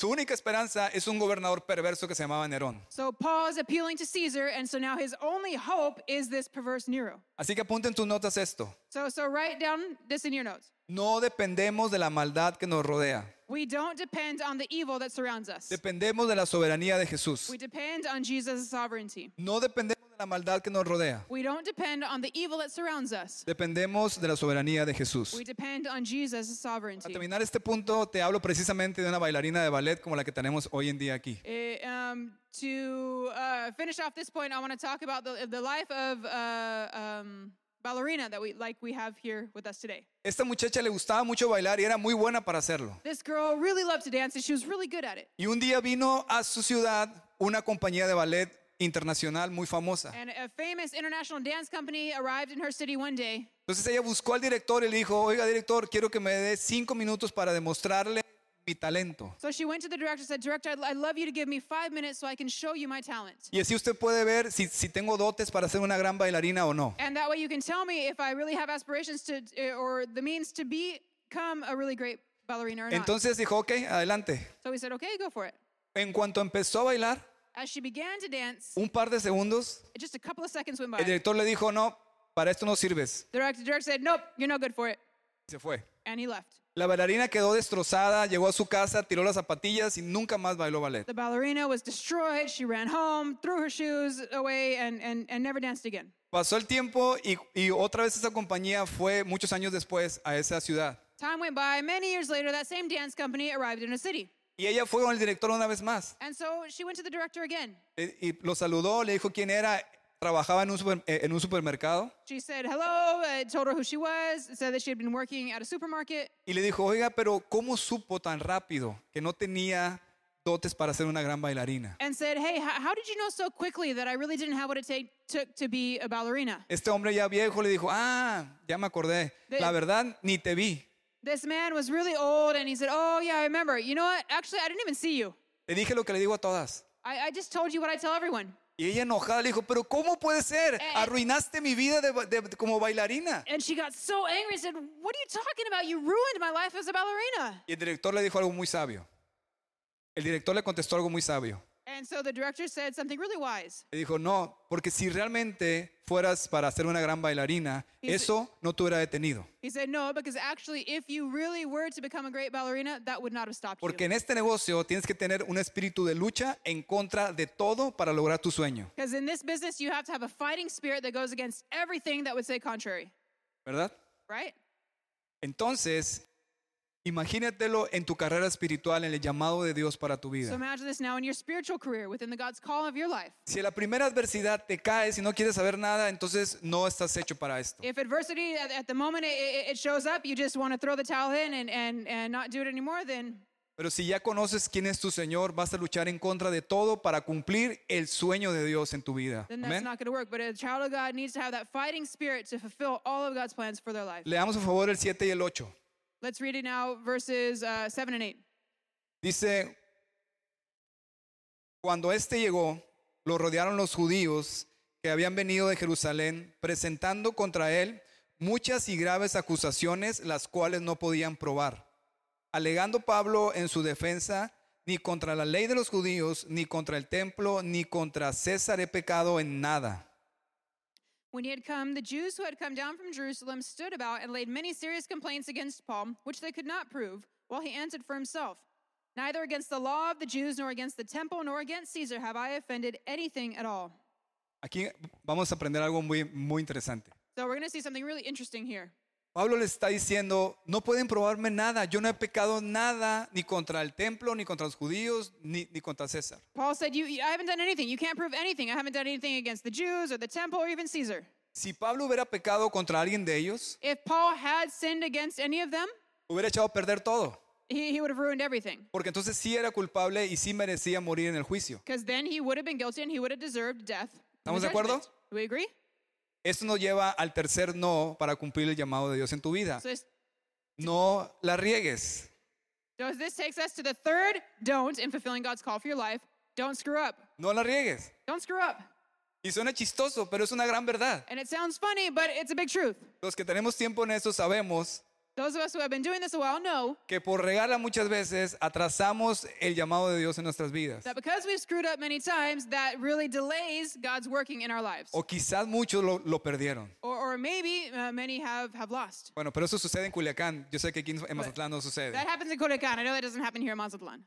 D: su única esperanza es un gobernador perverso que se llamaba Nerón.
C: So Paul is appealing to Caesar, and so now his only hope is this perverse Nero.
D: Así que apunten tus notas esto.
C: So, so write down this in your notes.
D: No dependemos de la maldad que nos rodea.
C: We don't depend on the evil that surrounds us.
D: Dependemos de la soberanía de Jesús.
C: We depend on Jesus' sovereignty.
D: No dependemos de la maldad que nos rodea.
C: We don't depend on the evil that surrounds us.
D: Dependemos de la soberanía de Jesús.
C: We depend on Jesus'
D: Para
C: sovereignty.
D: terminar este punto, te hablo precisamente de una bailarina de ballet como la que tenemos hoy en día aquí.
C: Eh, um, to uh, finish off this point, I want to talk about the, the life of uh, um, ballerina that we like we have here with us today.
D: Esta muchacha le gustaba mucho bailar y era muy buena para hacerlo.
C: This girl really loved to dance, and she was really good at it.
D: Y un día vino a su ciudad una compañía de ballet internacional muy famosa.
C: And a famous international dance company arrived in her city one day,
D: Entonces ella buscó al director y le dijo, oiga director, quiero que me dé cinco minutos para demostrarle mi talento.
C: So she went to the director and said, Director, I'd, I'd love you to give me five minutes so I can show you my talent.
D: Y así usted puede ver si, si tengo dotes para ser una gran bailarina o no.
C: And that way you can tell me if I really have aspirations to, eh, or the means to become a really great ballerina or not.
D: Entonces dijo, ok, adelante.
C: So we said, Okay, go for it.
D: En cuanto empezó a bailar,
C: As she began to dance,
D: un par de segundos,
C: just a couple of seconds went by.
D: el
C: The
D: director le dijo, no, para esto no sirves.
C: director, director said, Nope, you're no good for it.
D: Y se fue.
C: And he left.
D: La bailarina quedó destrozada, llegó a su casa, tiró las zapatillas y nunca más bailó ballet.
C: The ballerina was destroyed. She ran home, threw her shoes away, and, and, and never danced again.
D: Pasó el tiempo y, y otra vez esa compañía fue muchos años después a esa ciudad.
C: Time went by. Many years later, that same dance company arrived in a city.
D: Y ella fue con el director una vez más.
C: And so she went to the director again.
D: Eh, Y lo saludó, le dijo quién era, trabajaba en un, super- eh, en un supermercado.
C: She said hello, uh, told her who she was, said that she had been working at a supermarket.
D: Y le dijo, oiga, pero ¿cómo supo tan rápido que no tenía dotes para ser una gran bailarina?
C: And said, "Hey, h- how did you know so quickly that I really didn't have what it take, took to be a ballerina?"
D: Este hombre ya viejo le dijo, ah, ya me acordé.
C: De-
D: La verdad, ni te vi.
C: This man was really old, and he said, "Oh yeah, I remember. You know what? Actually, I didn't even see you.
D: Le dije lo que le digo a todas.
C: I, I just told you what I tell everyone."
D: Y ella enojada le dijo, pero ¿cómo puede ser?
C: eh.
D: Arruinaste mi vida de ba- de- como bailarina.
C: And she got so angry and said, "What are you talking about? You ruined my life as a ballerina."
D: Y el director le dijo algo muy sabio. El director le contestó algo muy sabio.
C: And And so the director said something really wise.
D: Y dijo, no, porque si realmente fueras para ser una gran bailarina,
C: Y se-
D: eso no te hubiera detenido.
C: He said, No, because actually, if you really were to become a great ballerina, that would not have stopped
D: Porque
C: you.
D: en este negocio tienes que tener un espíritu de lucha en contra de todo para lograr tu sueño,
C: Because in this business, you have to have a fighting spirit that goes against everything that would say contrary,
D: ¿verdad?
C: right?
D: Entonces, imagínatelo en tu carrera espiritual, en el llamado de Dios para tu
C: So
D: vida.
C: imagine this now in your spiritual career, within the God's call of your life.
D: Si a la primera adversidad te caes y no quieres saber nada, entonces no estás hecho para esto.
C: If adversity at, at the moment it, it, it shows up, you just want to throw the towel in and, and, and not do it anymore, then
D: Pero si ya conoces quién es tu Señor, vas a luchar en contra de todo para cumplir el sueño de Dios en tu vida.
C: then that's
D: Amén.
C: not going to work. But a child of God needs to have that fighting spirit to fulfill all of God's plans for their life.
D: Leamos por favor el 7 y el 8.
C: Let's read it now, verses uh, 7 and 8.
D: Dice, cuando éste llegó, lo rodearon los judíos que habían venido de Jerusalén, presentando contra él muchas y graves acusaciones, las cuales no podían probar. Alegando Pablo en su defensa, ni contra la ley de los judíos, ni contra el templo, ni contra César he pecado en nada.
C: When he had come, the Jews who had come down from Jerusalem stood about and laid many serious complaints against Paul, which they could not prove, while he answered for himself Neither against the law of the Jews, nor against the temple, nor against Caesar have I offended anything at all.
D: Aquí vamos a aprender algo muy, muy interesante.
C: So we're going to see something really interesting here.
D: Pablo le está diciendo, no pueden probarme nada, yo no he pecado nada, ni contra el templo, ni contra los judíos, ni, ni contra César.
C: Paul said, you, you- I haven't done anything. You can't prove anything. I haven't done anything against the Jews or the temple or even Caesar.
D: Si Pablo hubiera pecado contra alguien de ellos,
C: If Paul had sinned against any of them,
D: hubiera echado a perder todo,
C: he, he would have ruined everything.
D: porque entonces sí era culpable y sí merecía morir en el juicio.
C: Because then he would have been guilty and he would have deserved death. in the
D: ¿Estamos de acuerdo?
C: judgment. Do we agree?
D: Esto nos lleva al tercer no para cumplir el llamado de Dios en tu vida.
C: So, this-
D: No la riegues.
C: so this takes us to the third don't in fulfilling God's call for your life. Don't screw up.
D: No la riegues.
C: Don't screw up.
D: Y suena chistoso, pero es una gran verdad.
C: And it sounds funny, but it's a big truth.
D: Los que tenemos tiempo en esto sabemos
C: Those of us who have been doing this a while know
D: que por regala muchas veces atrasamos el llamado de Dios en nuestras vidas.
C: that because we've screwed up many times, that really delays God's working in our lives.
D: O quizás muchos lo, lo perdieron.
C: Or, or maybe uh, many have, have lost.
D: Bueno, pero eso sucede en Culiacán. Yo sé que aquí en Mazatlán no sucede.
C: That happens in Kodakan. I know that doesn't happen here in Mazatlan.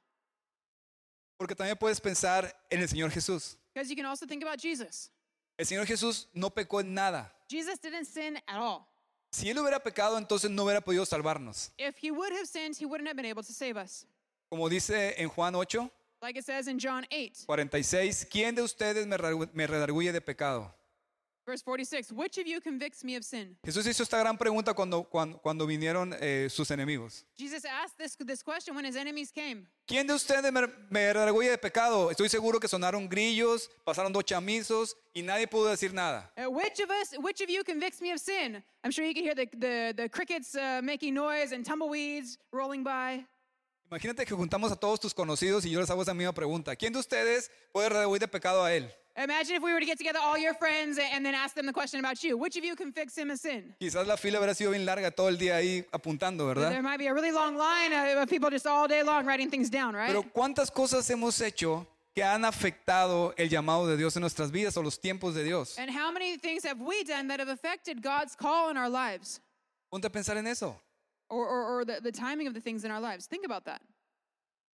D: Porque también puedes pensar en el Señor Jesús.
C: Because you can also think about Jesus.
D: El Señor Jesús no pecó en nada.
C: Jesus didn't sin at all.
D: Si Él hubiera pecado, entonces no hubiera podido salvarnos.
C: If he would have sinned, he wouldn't have been able to save us.
D: Como dice en Juan 8,
C: Like it says in John 8,
D: 46, ¿quién de ustedes me, re- me redarguye de pecado?
C: verse 46, which of you convicts me of sin?
D: Jesús hizo esta gran pregunta cuando, cuando, cuando vinieron eh, sus enemigos.
C: Jesus asked this, this question when his enemies came.
D: ¿Quién de ustedes me, me redarguye de pecado? Estoy seguro que sonaron grillos, pasaron dos chamizos y nadie pudo decir nada.
C: Uh, which of us, which of you convicts me of sin? I'm sure you can hear the, the, the crickets uh, making noise and tumbleweeds rolling by.
D: Imagínate que juntamos a todos tus conocidos y yo les hago esa misma pregunta. ¿Quién de ustedes puede redarguir de pecado a él?
C: Imagine if we were to get together all your friends and, and then ask them the question about you. Which of you convicts him of sin?
D: Quizás la fila habrá sido bien larga todo el día ahí apuntando,
C: There
D: ¿verdad?
C: might be a really long line uh, of people just all day long writing things down, right?
D: Pero ¿cuántas cosas hemos hecho que han afectado el llamado de Dios en nuestras vidas o los tiempos de Dios?
C: and how many things have we done that have affected God's call in our lives
D: Ponte a pensar en eso.
C: or, or, or the, the timing of the things in our lives? Think about that.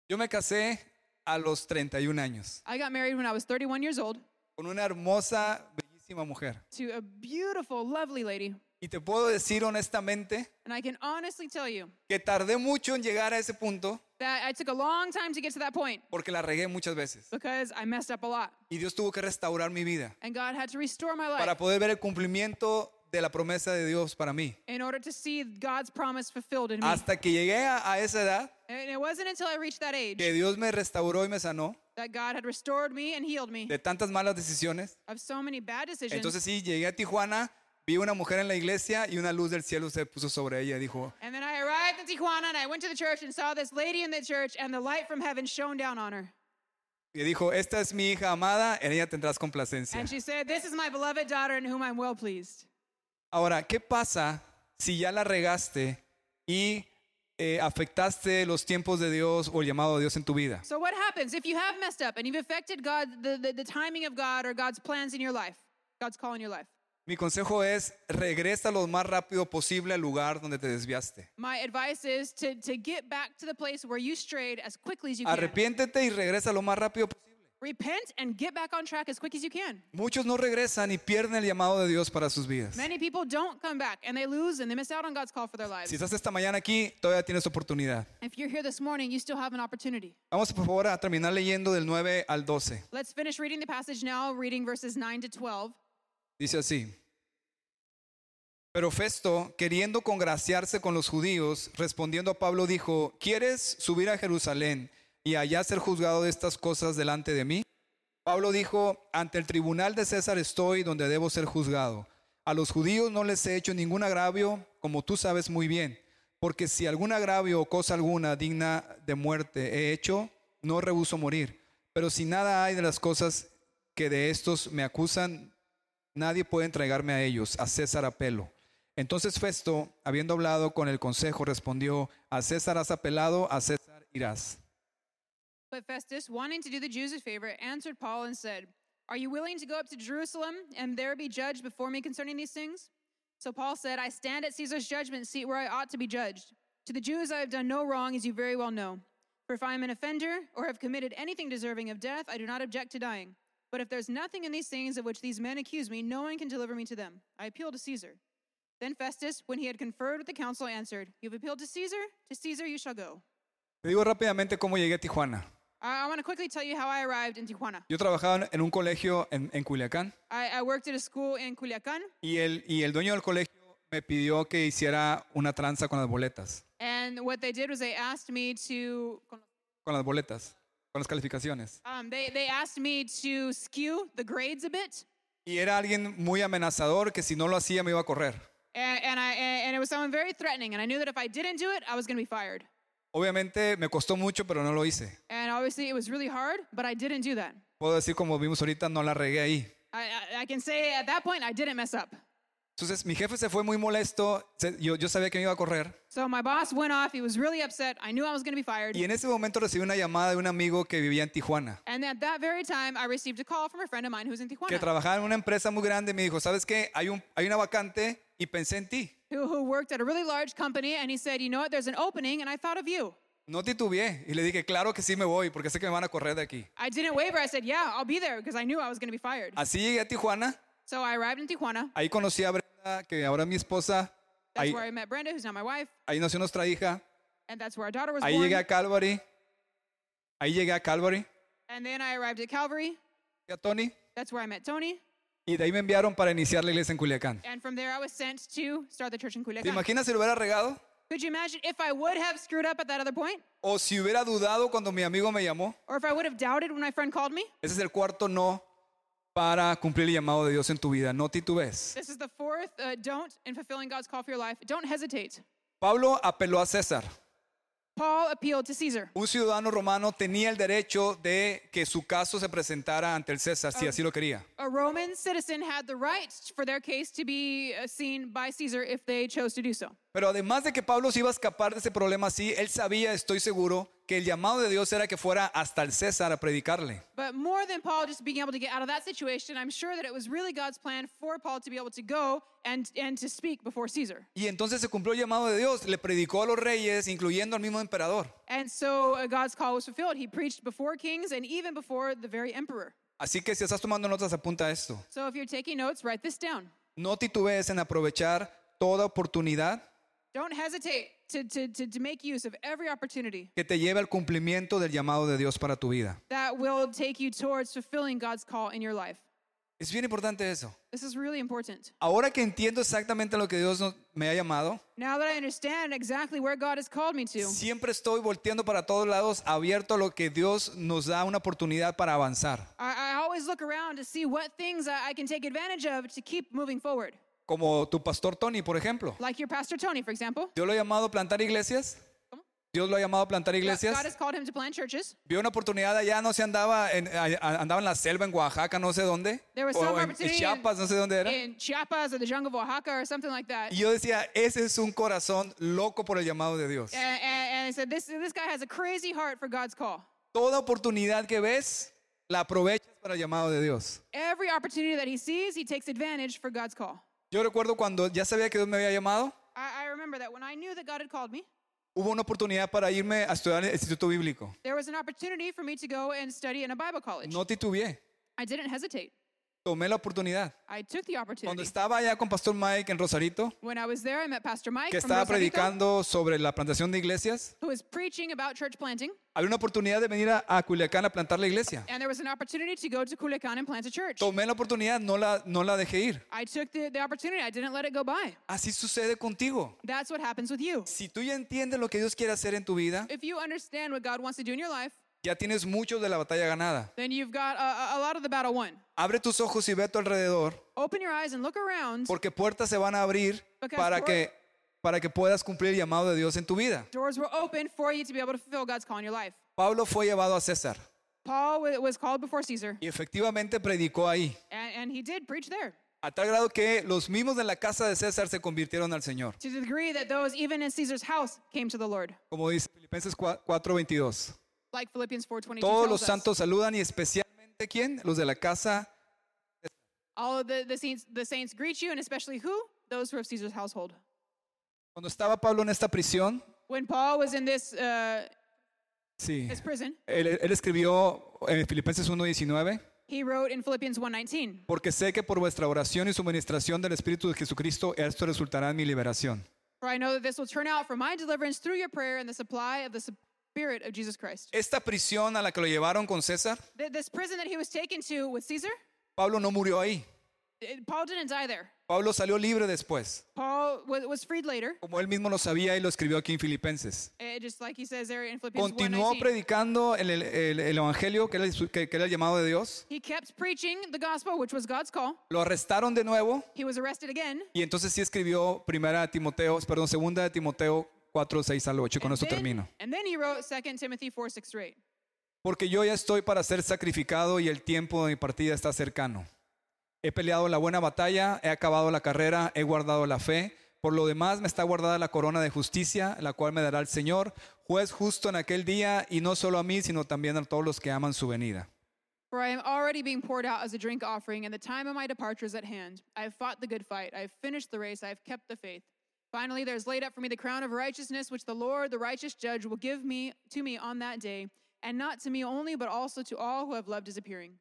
D: Yo me casé a los 31 años
C: I got married when I was 31 years old
D: con una hermosa, bellísima mujer.
C: to a beautiful, lovely lady.
D: Y te puedo decir honestamente
C: And I can honestly tell you
D: que tardé mucho en llegar a ese punto
C: that I took a long time to get to that point
D: porque la regué muchas veces.
C: because I messed up a lot.
D: Y Dios tuvo que restaurar mi vida.
C: And God had to restore my
D: para
C: life
D: poder ver el cumplimiento de la promesa de Dios para mí.
C: in order to see God's promise fulfilled in me.
D: Hasta que llegué a, a esa edad
C: And it wasn't until I reached that age
D: que Dios me restauró y me sanó
C: that God had restored me and healed me
D: de tantas malas decisiones.
C: of so many bad decisions.
D: Entonces sí, llegué a Tijuana, vi una mujer en la iglesia y una luz del cielo se puso sobre ella y dijo,
C: And then I arrived in Tijuana and I went to the church and saw this lady in the church and the light from heaven shone down on her.
D: y dijo, esta es mi hija amada, en ella tendrás complacencia.
C: And she said, This is my beloved daughter in whom I'm well pleased.
D: Ahora, ¿qué pasa si ya la regaste y eh, afectaste los tiempos de Dios o el llamado de Dios en tu vida.
C: So, what happens if you have messed up and you've affected God, the, the, the timing of God or God's plans in your life, God's call in your life?
D: Mi consejo es, regresa lo más rápido posible al lugar donde te desviaste.
C: My advice is to, to get back to the place where you strayed as quickly as you can.
D: Arrepiéntete y regresa lo más rápido posible.
C: Repent and get back on track as quick as you can.
D: Muchos no regresan y pierden el llamado de Dios para sus vidas.
C: Many people don't come back and they lose and they miss out on God's call for their lives.
D: Si estás esta mañana aquí, todavía tienes oportunidad.
C: If you're here this morning, you still have an opportunity.
D: Vamos por favor a terminar leyendo del 9 al 12.
C: Let's finish reading the passage now, reading verses 9 to 12.
D: Dice así. Pero Festo, queriendo congraciarse con los judíos, respondiendo a Pablo, dijo, ¿quieres subir a Jerusalén y allá ser juzgado de estas cosas delante de mí? Pablo dijo, ante el tribunal de César estoy donde debo ser juzgado. A los judíos no les he hecho ningún agravio, como tú sabes muy bien, porque si algún agravio o cosa alguna digna de muerte he hecho, no rehuso morir. Pero si nada hay de las cosas que de estos me acusan, nadie puede entregarme a ellos, a César apelo. Entonces Festo, habiendo hablado con el consejo, respondió, a César has apelado, a César irás.
C: But Festus, wanting to do the Jews a favor, answered Paul and said, Are you willing to go up to Jerusalem and there be judged before me concerning these things? So Paul said, I stand at Caesar's judgment seat where I ought to be judged. To the Jews I have done no wrong, as you very well know. For if I am an offender or have committed anything deserving of death, I do not object to dying. But if there's nothing in these things of which these men accuse me, no one can deliver me to them. I appeal to Caesar. Then Festus, when he had conferred with the council, answered, You have appealed to Caesar? To Caesar you shall go.
D: Te digo rápidamente cómo llegué a Tijuana.
C: I, I want to quickly tell you how I arrived in Tijuana.
D: Yo trabajaba en un colegio en, en Culiacán
C: I, I worked at a school in Culiacan,
D: y el, y el dueño del colegio me pidió que hiciera una tranza con las boletas,
C: and what they did was they asked me to.
D: con las boletas, con las calificaciones.
C: Um, they, they asked me to skew the grades a bit,
D: Y era alguien muy amenazador que si no lo hacía me iba a correr.
C: and, and, I, and it was someone very threatening, and I knew that if I didn't do it, I was going to be fired.
D: Obviamente me costó mucho, pero no lo hice.
C: And obviously, it was really hard, but I didn't do that.
D: Puedo decir, como vimos ahorita, no la regué ahí.
C: I, I, I can say at that point, I didn't mess up.
D: Entonces mi jefe se fue muy molesto, se- yo, yo sabía que me iba a correr.
C: So my boss went off. He was really upset. I knew I was going to be fired.
D: Y en ese momento recibí una llamada de un amigo que vivía en Tijuana,
C: And at that very time, I received a call from a friend of mine who's in
D: que
C: Tijuana,
D: trabajaba en una empresa muy grande y me dijo, ¿sabes qué? Hay, un, hay una vacante y pensé en ti.
C: who, who worked at a really large company. And he said, You know what? There's an opening, and I thought of you.
D: No titubeé y le dije, claro que sí me voy porque sé que me van a correr de aquí.
C: I didn't waver. I said, Yeah, I'll be there because I knew I was going to be fired.
D: Así llegué a Tijuana,
C: So I arrived in Tijuana.
D: ahí conocí a Brenda, que ahora es mi esposa,
C: That's
D: ahí,
C: where I met Brenda, who's now my wife.
D: ahí nació nuestra hija,
C: And that's where our daughter was
D: ahí
C: born.
D: llegué a Calvary, ahí llegué a Calvary,
C: And then I arrived at Calvary.
D: y a Tony,
C: That's where I met Tony.
D: y de ahí me enviaron para iniciar la iglesia en Culiacán.
C: And from there, I was sent to start the church in
D: ¿Te
C: Culiacan.
D: imaginas si lo hubiera regado?
C: Could you imagine if I would have screwed up at that other point?
D: ¿O si hubiera dudado cuando mi amigo me llamó?
C: Or if I would have doubted when my friend called me?
D: Ese es el cuarto no para cumplir el llamado de Dios en tu vida. No titubes.
C: This is the fourth uh, don't in fulfilling God's call for your life. Don't hesitate.
D: Pablo apeló a César.
C: Paul appealed to Caesar.
D: Un ciudadano romano tenía el derecho de que su caso se presentara ante el César si así lo quería.
C: A Roman citizen had the right for their case to be uh, seen by Caesar if they chose to do so.
D: Pero además de que Pablo se iba a escapar de ese problema así, él sabía, estoy seguro, que el llamado de Dios era que fuera hasta el César a predicarle.
C: But more than Paul just being able to get out of that situation, I'm sure that it was really God's plan for Paul to be able to go and, and to speak before Caesar.
D: Y entonces se cumplió el llamado de Dios, le predicó a los reyes, incluyendo al mismo emperador.
C: And so uh, God's call was fulfilled. He preached before kings and even before the very emperor.
D: Así que si estás tomando notas, apunta a esto.
C: So if you're taking notes, write this down.
D: No titubees en aprovechar toda oportunidad
C: Don't hesitate to, to, to, to make use of every opportunity
D: que te lleve al cumplimiento del llamado de Dios para tu vida.
C: that will take you towards fulfilling God's call in your life.
D: Es bien importante eso.
C: This is really important.
D: Ahora que entiendo exactamente lo que Dios nos- me ha llamado,
C: Now that I understand exactly where God has called me to,
D: siempre estoy volteando para todos lados, abierto a lo que Dios nos da una oportunidad para avanzar.
C: I, I always look around to see what things I, I can take advantage of to keep moving forward.
D: Como tu pastor Tony, por ejemplo.
C: Like your Pastor Tony, for example.
D: Yo lo he llamado a plantar iglesias. Dios lo ha llamado a plantar
C: God God
D: iglesias.
C: has called him to plant churches.
D: Vio una oportunidad allá, no se andaba en, a- a- andaba en la selva, en Oaxaca, no sé dónde.
C: There was
D: o
C: some
D: en- en,
C: opportunity in-
D: Chiapas, no sé dónde era.
C: in Chiapas or the jungle of Oaxaca or something like that.
D: Y yo decía, ese es un corazón loco por el llamado de Dios.
C: And, and, and I said, this, this guy has a crazy heart for God's call.
D: Toda oportunidad que ves, la aprovechas para el llamado de Dios.
C: Every opportunity that he sees, he takes advantage for God's call.
D: Yo recuerdo cuando ya sabía que Dios me había llamado,
C: I, I remember that when I knew that God had called me,
D: hubo una oportunidad para irme a estudiar en el Instituto Bíblico.
C: there was an opportunity for me to go and study in a Bible college.
D: No titubeé,
C: I didn't hesitate.
D: tomé la oportunidad.
C: I took the
D: Cuando
C: opportunity.
D: estaba allá con Pastor Mike en Rosarito,
C: When I was there, I met Pastor Mike
D: que
C: from
D: estaba
C: Rosarito,
D: predicando sobre la plantación de iglesias,
C: who was preaching about church planting,
D: había una oportunidad de venir a, a Culiacán a plantar la iglesia.
C: and there was an opportunity to go to Culiacan and plant a church.
D: Tomé la oportunidad, no la, no la dejé ir.
C: I took the, the opportunity. I didn't let it go by.
D: Así sucede contigo.
C: That's what happens with you.
D: Si tú ya entiendes lo que Dios quiere hacer en tu vida,
C: If you understand what God wants to do in your life,
D: ya tienes mucho de la batalla ganada.
C: then you've got a, a- a lot of the battle won.
D: Abre tus ojos y ve a tu alrededor,
C: Open your eyes and look around.
D: porque puertas se van a abrir
C: Porque las
D: para
C: puer-
D: que, para que puedas cumplir el llamado de Dios en tu vida.
C: Doors were open for you to be able to fulfill God's call in your life.
D: Pablo fue llevado a César
C: Paul wa- was called before Caesar,
D: y efectivamente predicó ahí,
C: and, and he did preach there
D: a tal grado que los mismos de la casa de César se convirtieron al Señor,
C: to the degree that those even in Caesar's house came to the Lord,
D: como dice Filipenses 4:22.
C: like Philippians 4:22
D: Todos los
C: tells us.
D: santos saludan y especialmente quién? Los de la casa.
C: All of the, the saints the saints greet you, and especially who? Those who are of Caesar's household.
D: Cuando estaba Pablo en esta prisión,
C: When Paul was in this uh,
D: sí,
C: his prison,
D: él, él escribió en Filipenses 1:19.
C: he wrote in Philippians 1:19.
D: Porque sé que por vuestra oración y suministración del Espíritu de Jesucristo, esto resultará en mi liberación.
C: For I know that this will turn out for my deliverance through your prayer and the supply of the Spirit of Jesus Christ.
D: Esta prisión a la que lo llevaron con César,
C: Th- This prison that he was taken to with Caesar,
D: Pablo no murió ahí.
C: it- Paul didn't die there.
D: Pablo salió libre después,
C: Paul was, was freed later,
D: como él mismo lo sabía y lo escribió aquí en Filipenses.
C: eh, just like he says there in Philippians
D: Continuó
C: 1:19.
D: predicando el, el- el- el Evangelio, que era, el su- que- que era el llamado de Dios.
C: He kept preaching the gospel, which was God's call.
D: Lo arrestaron de nuevo
C: He was arrested again.
D: y entonces sí escribió primera de Timoteo, perdón, segunda de Timoteo 4, 6 al 8 y con
C: and,
D: esto
C: then,
D: termino.
C: and then he wrote 2 Timothy 4, 6 through 8.
D: Porque yo ya estoy para ser sacrificado y el tiempo de mi partida está cercano. He peleado la buena batalla, he acabado la carrera, he guardado la fe. Por lo demás me está guardada la corona de justicia, la cual me dará el Señor, juez justo en aquel día, y no solo a mí, sino también a todos los que aman su venida.
C: For I am already being poured out as a drink offering, and the time of my departure is at hand. I have fought the good fight, I have finished the race, I have kept the faith. Finally, there is laid up for me the crown of righteousness, which the Lord, the righteous judge, will give me to me on that day, and not to me only, but also to all who have loved his appearing.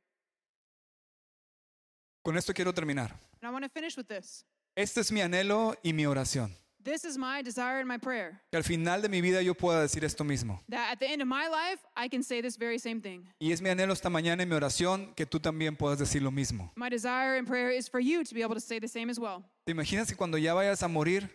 D: Con esto quiero terminar.
C: And I want to finish with this.
D: Este es mi anhelo y mi oración.
C: This is my desire and my prayer
D: Que al final de mi vida yo pueda decir esto mismo.
C: that at the end of my life, I can say this very same thing.
D: Y es mi anhelo esta mañana y mi oración que tú también puedas decir lo mismo.
C: My desire and prayer is for you to be able to say the same as well.
D: ¿Te imaginas que cuando ya vayas a morir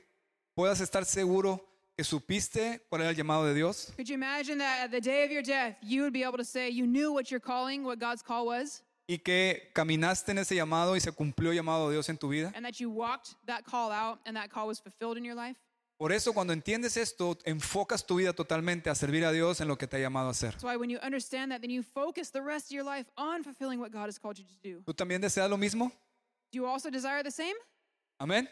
D: puedas estar seguro que supiste cuál era el llamado de Dios?
C: Could you imagine that at the day of your death, you would be able to say you knew what your calling, what God's call was?
D: Y que caminaste en ese llamado y se cumplió el llamado de Dios en tu vida.
C: and that you walked that call out and that call was fulfilled in your life.
D: Por eso cuando entiendes esto, enfocas tu vida totalmente a servir a Dios en lo que te ha llamado a hacer.
C: That's why when you understand that, then you focus the rest of your life on fulfilling what God has called you to do.
D: ¿Tú también deseas lo mismo?
C: Do you also desire the same?
D: Amén.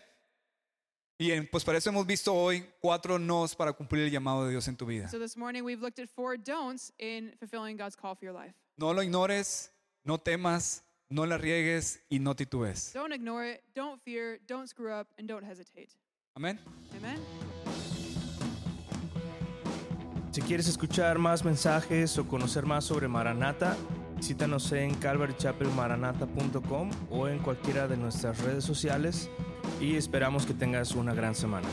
D: Bien, pues para eso hemos visto hoy cuatro nos para cumplir el llamado de Dios en tu vida.
C: So this morning we've looked at four don'ts in fulfilling God's call for your life.
D: No lo ignores, no temas, no la riegues y no titubees.
C: Don't ignore it, don't fear, don't screw up, and don't hesitate.
D: Amén.
C: Amen.
A: Si quieres escuchar más mensajes o conocer más sobre Maranata, visítanos en calvarychapelmaranata.com o en cualquiera de nuestras redes sociales y esperamos que tengas una gran semana.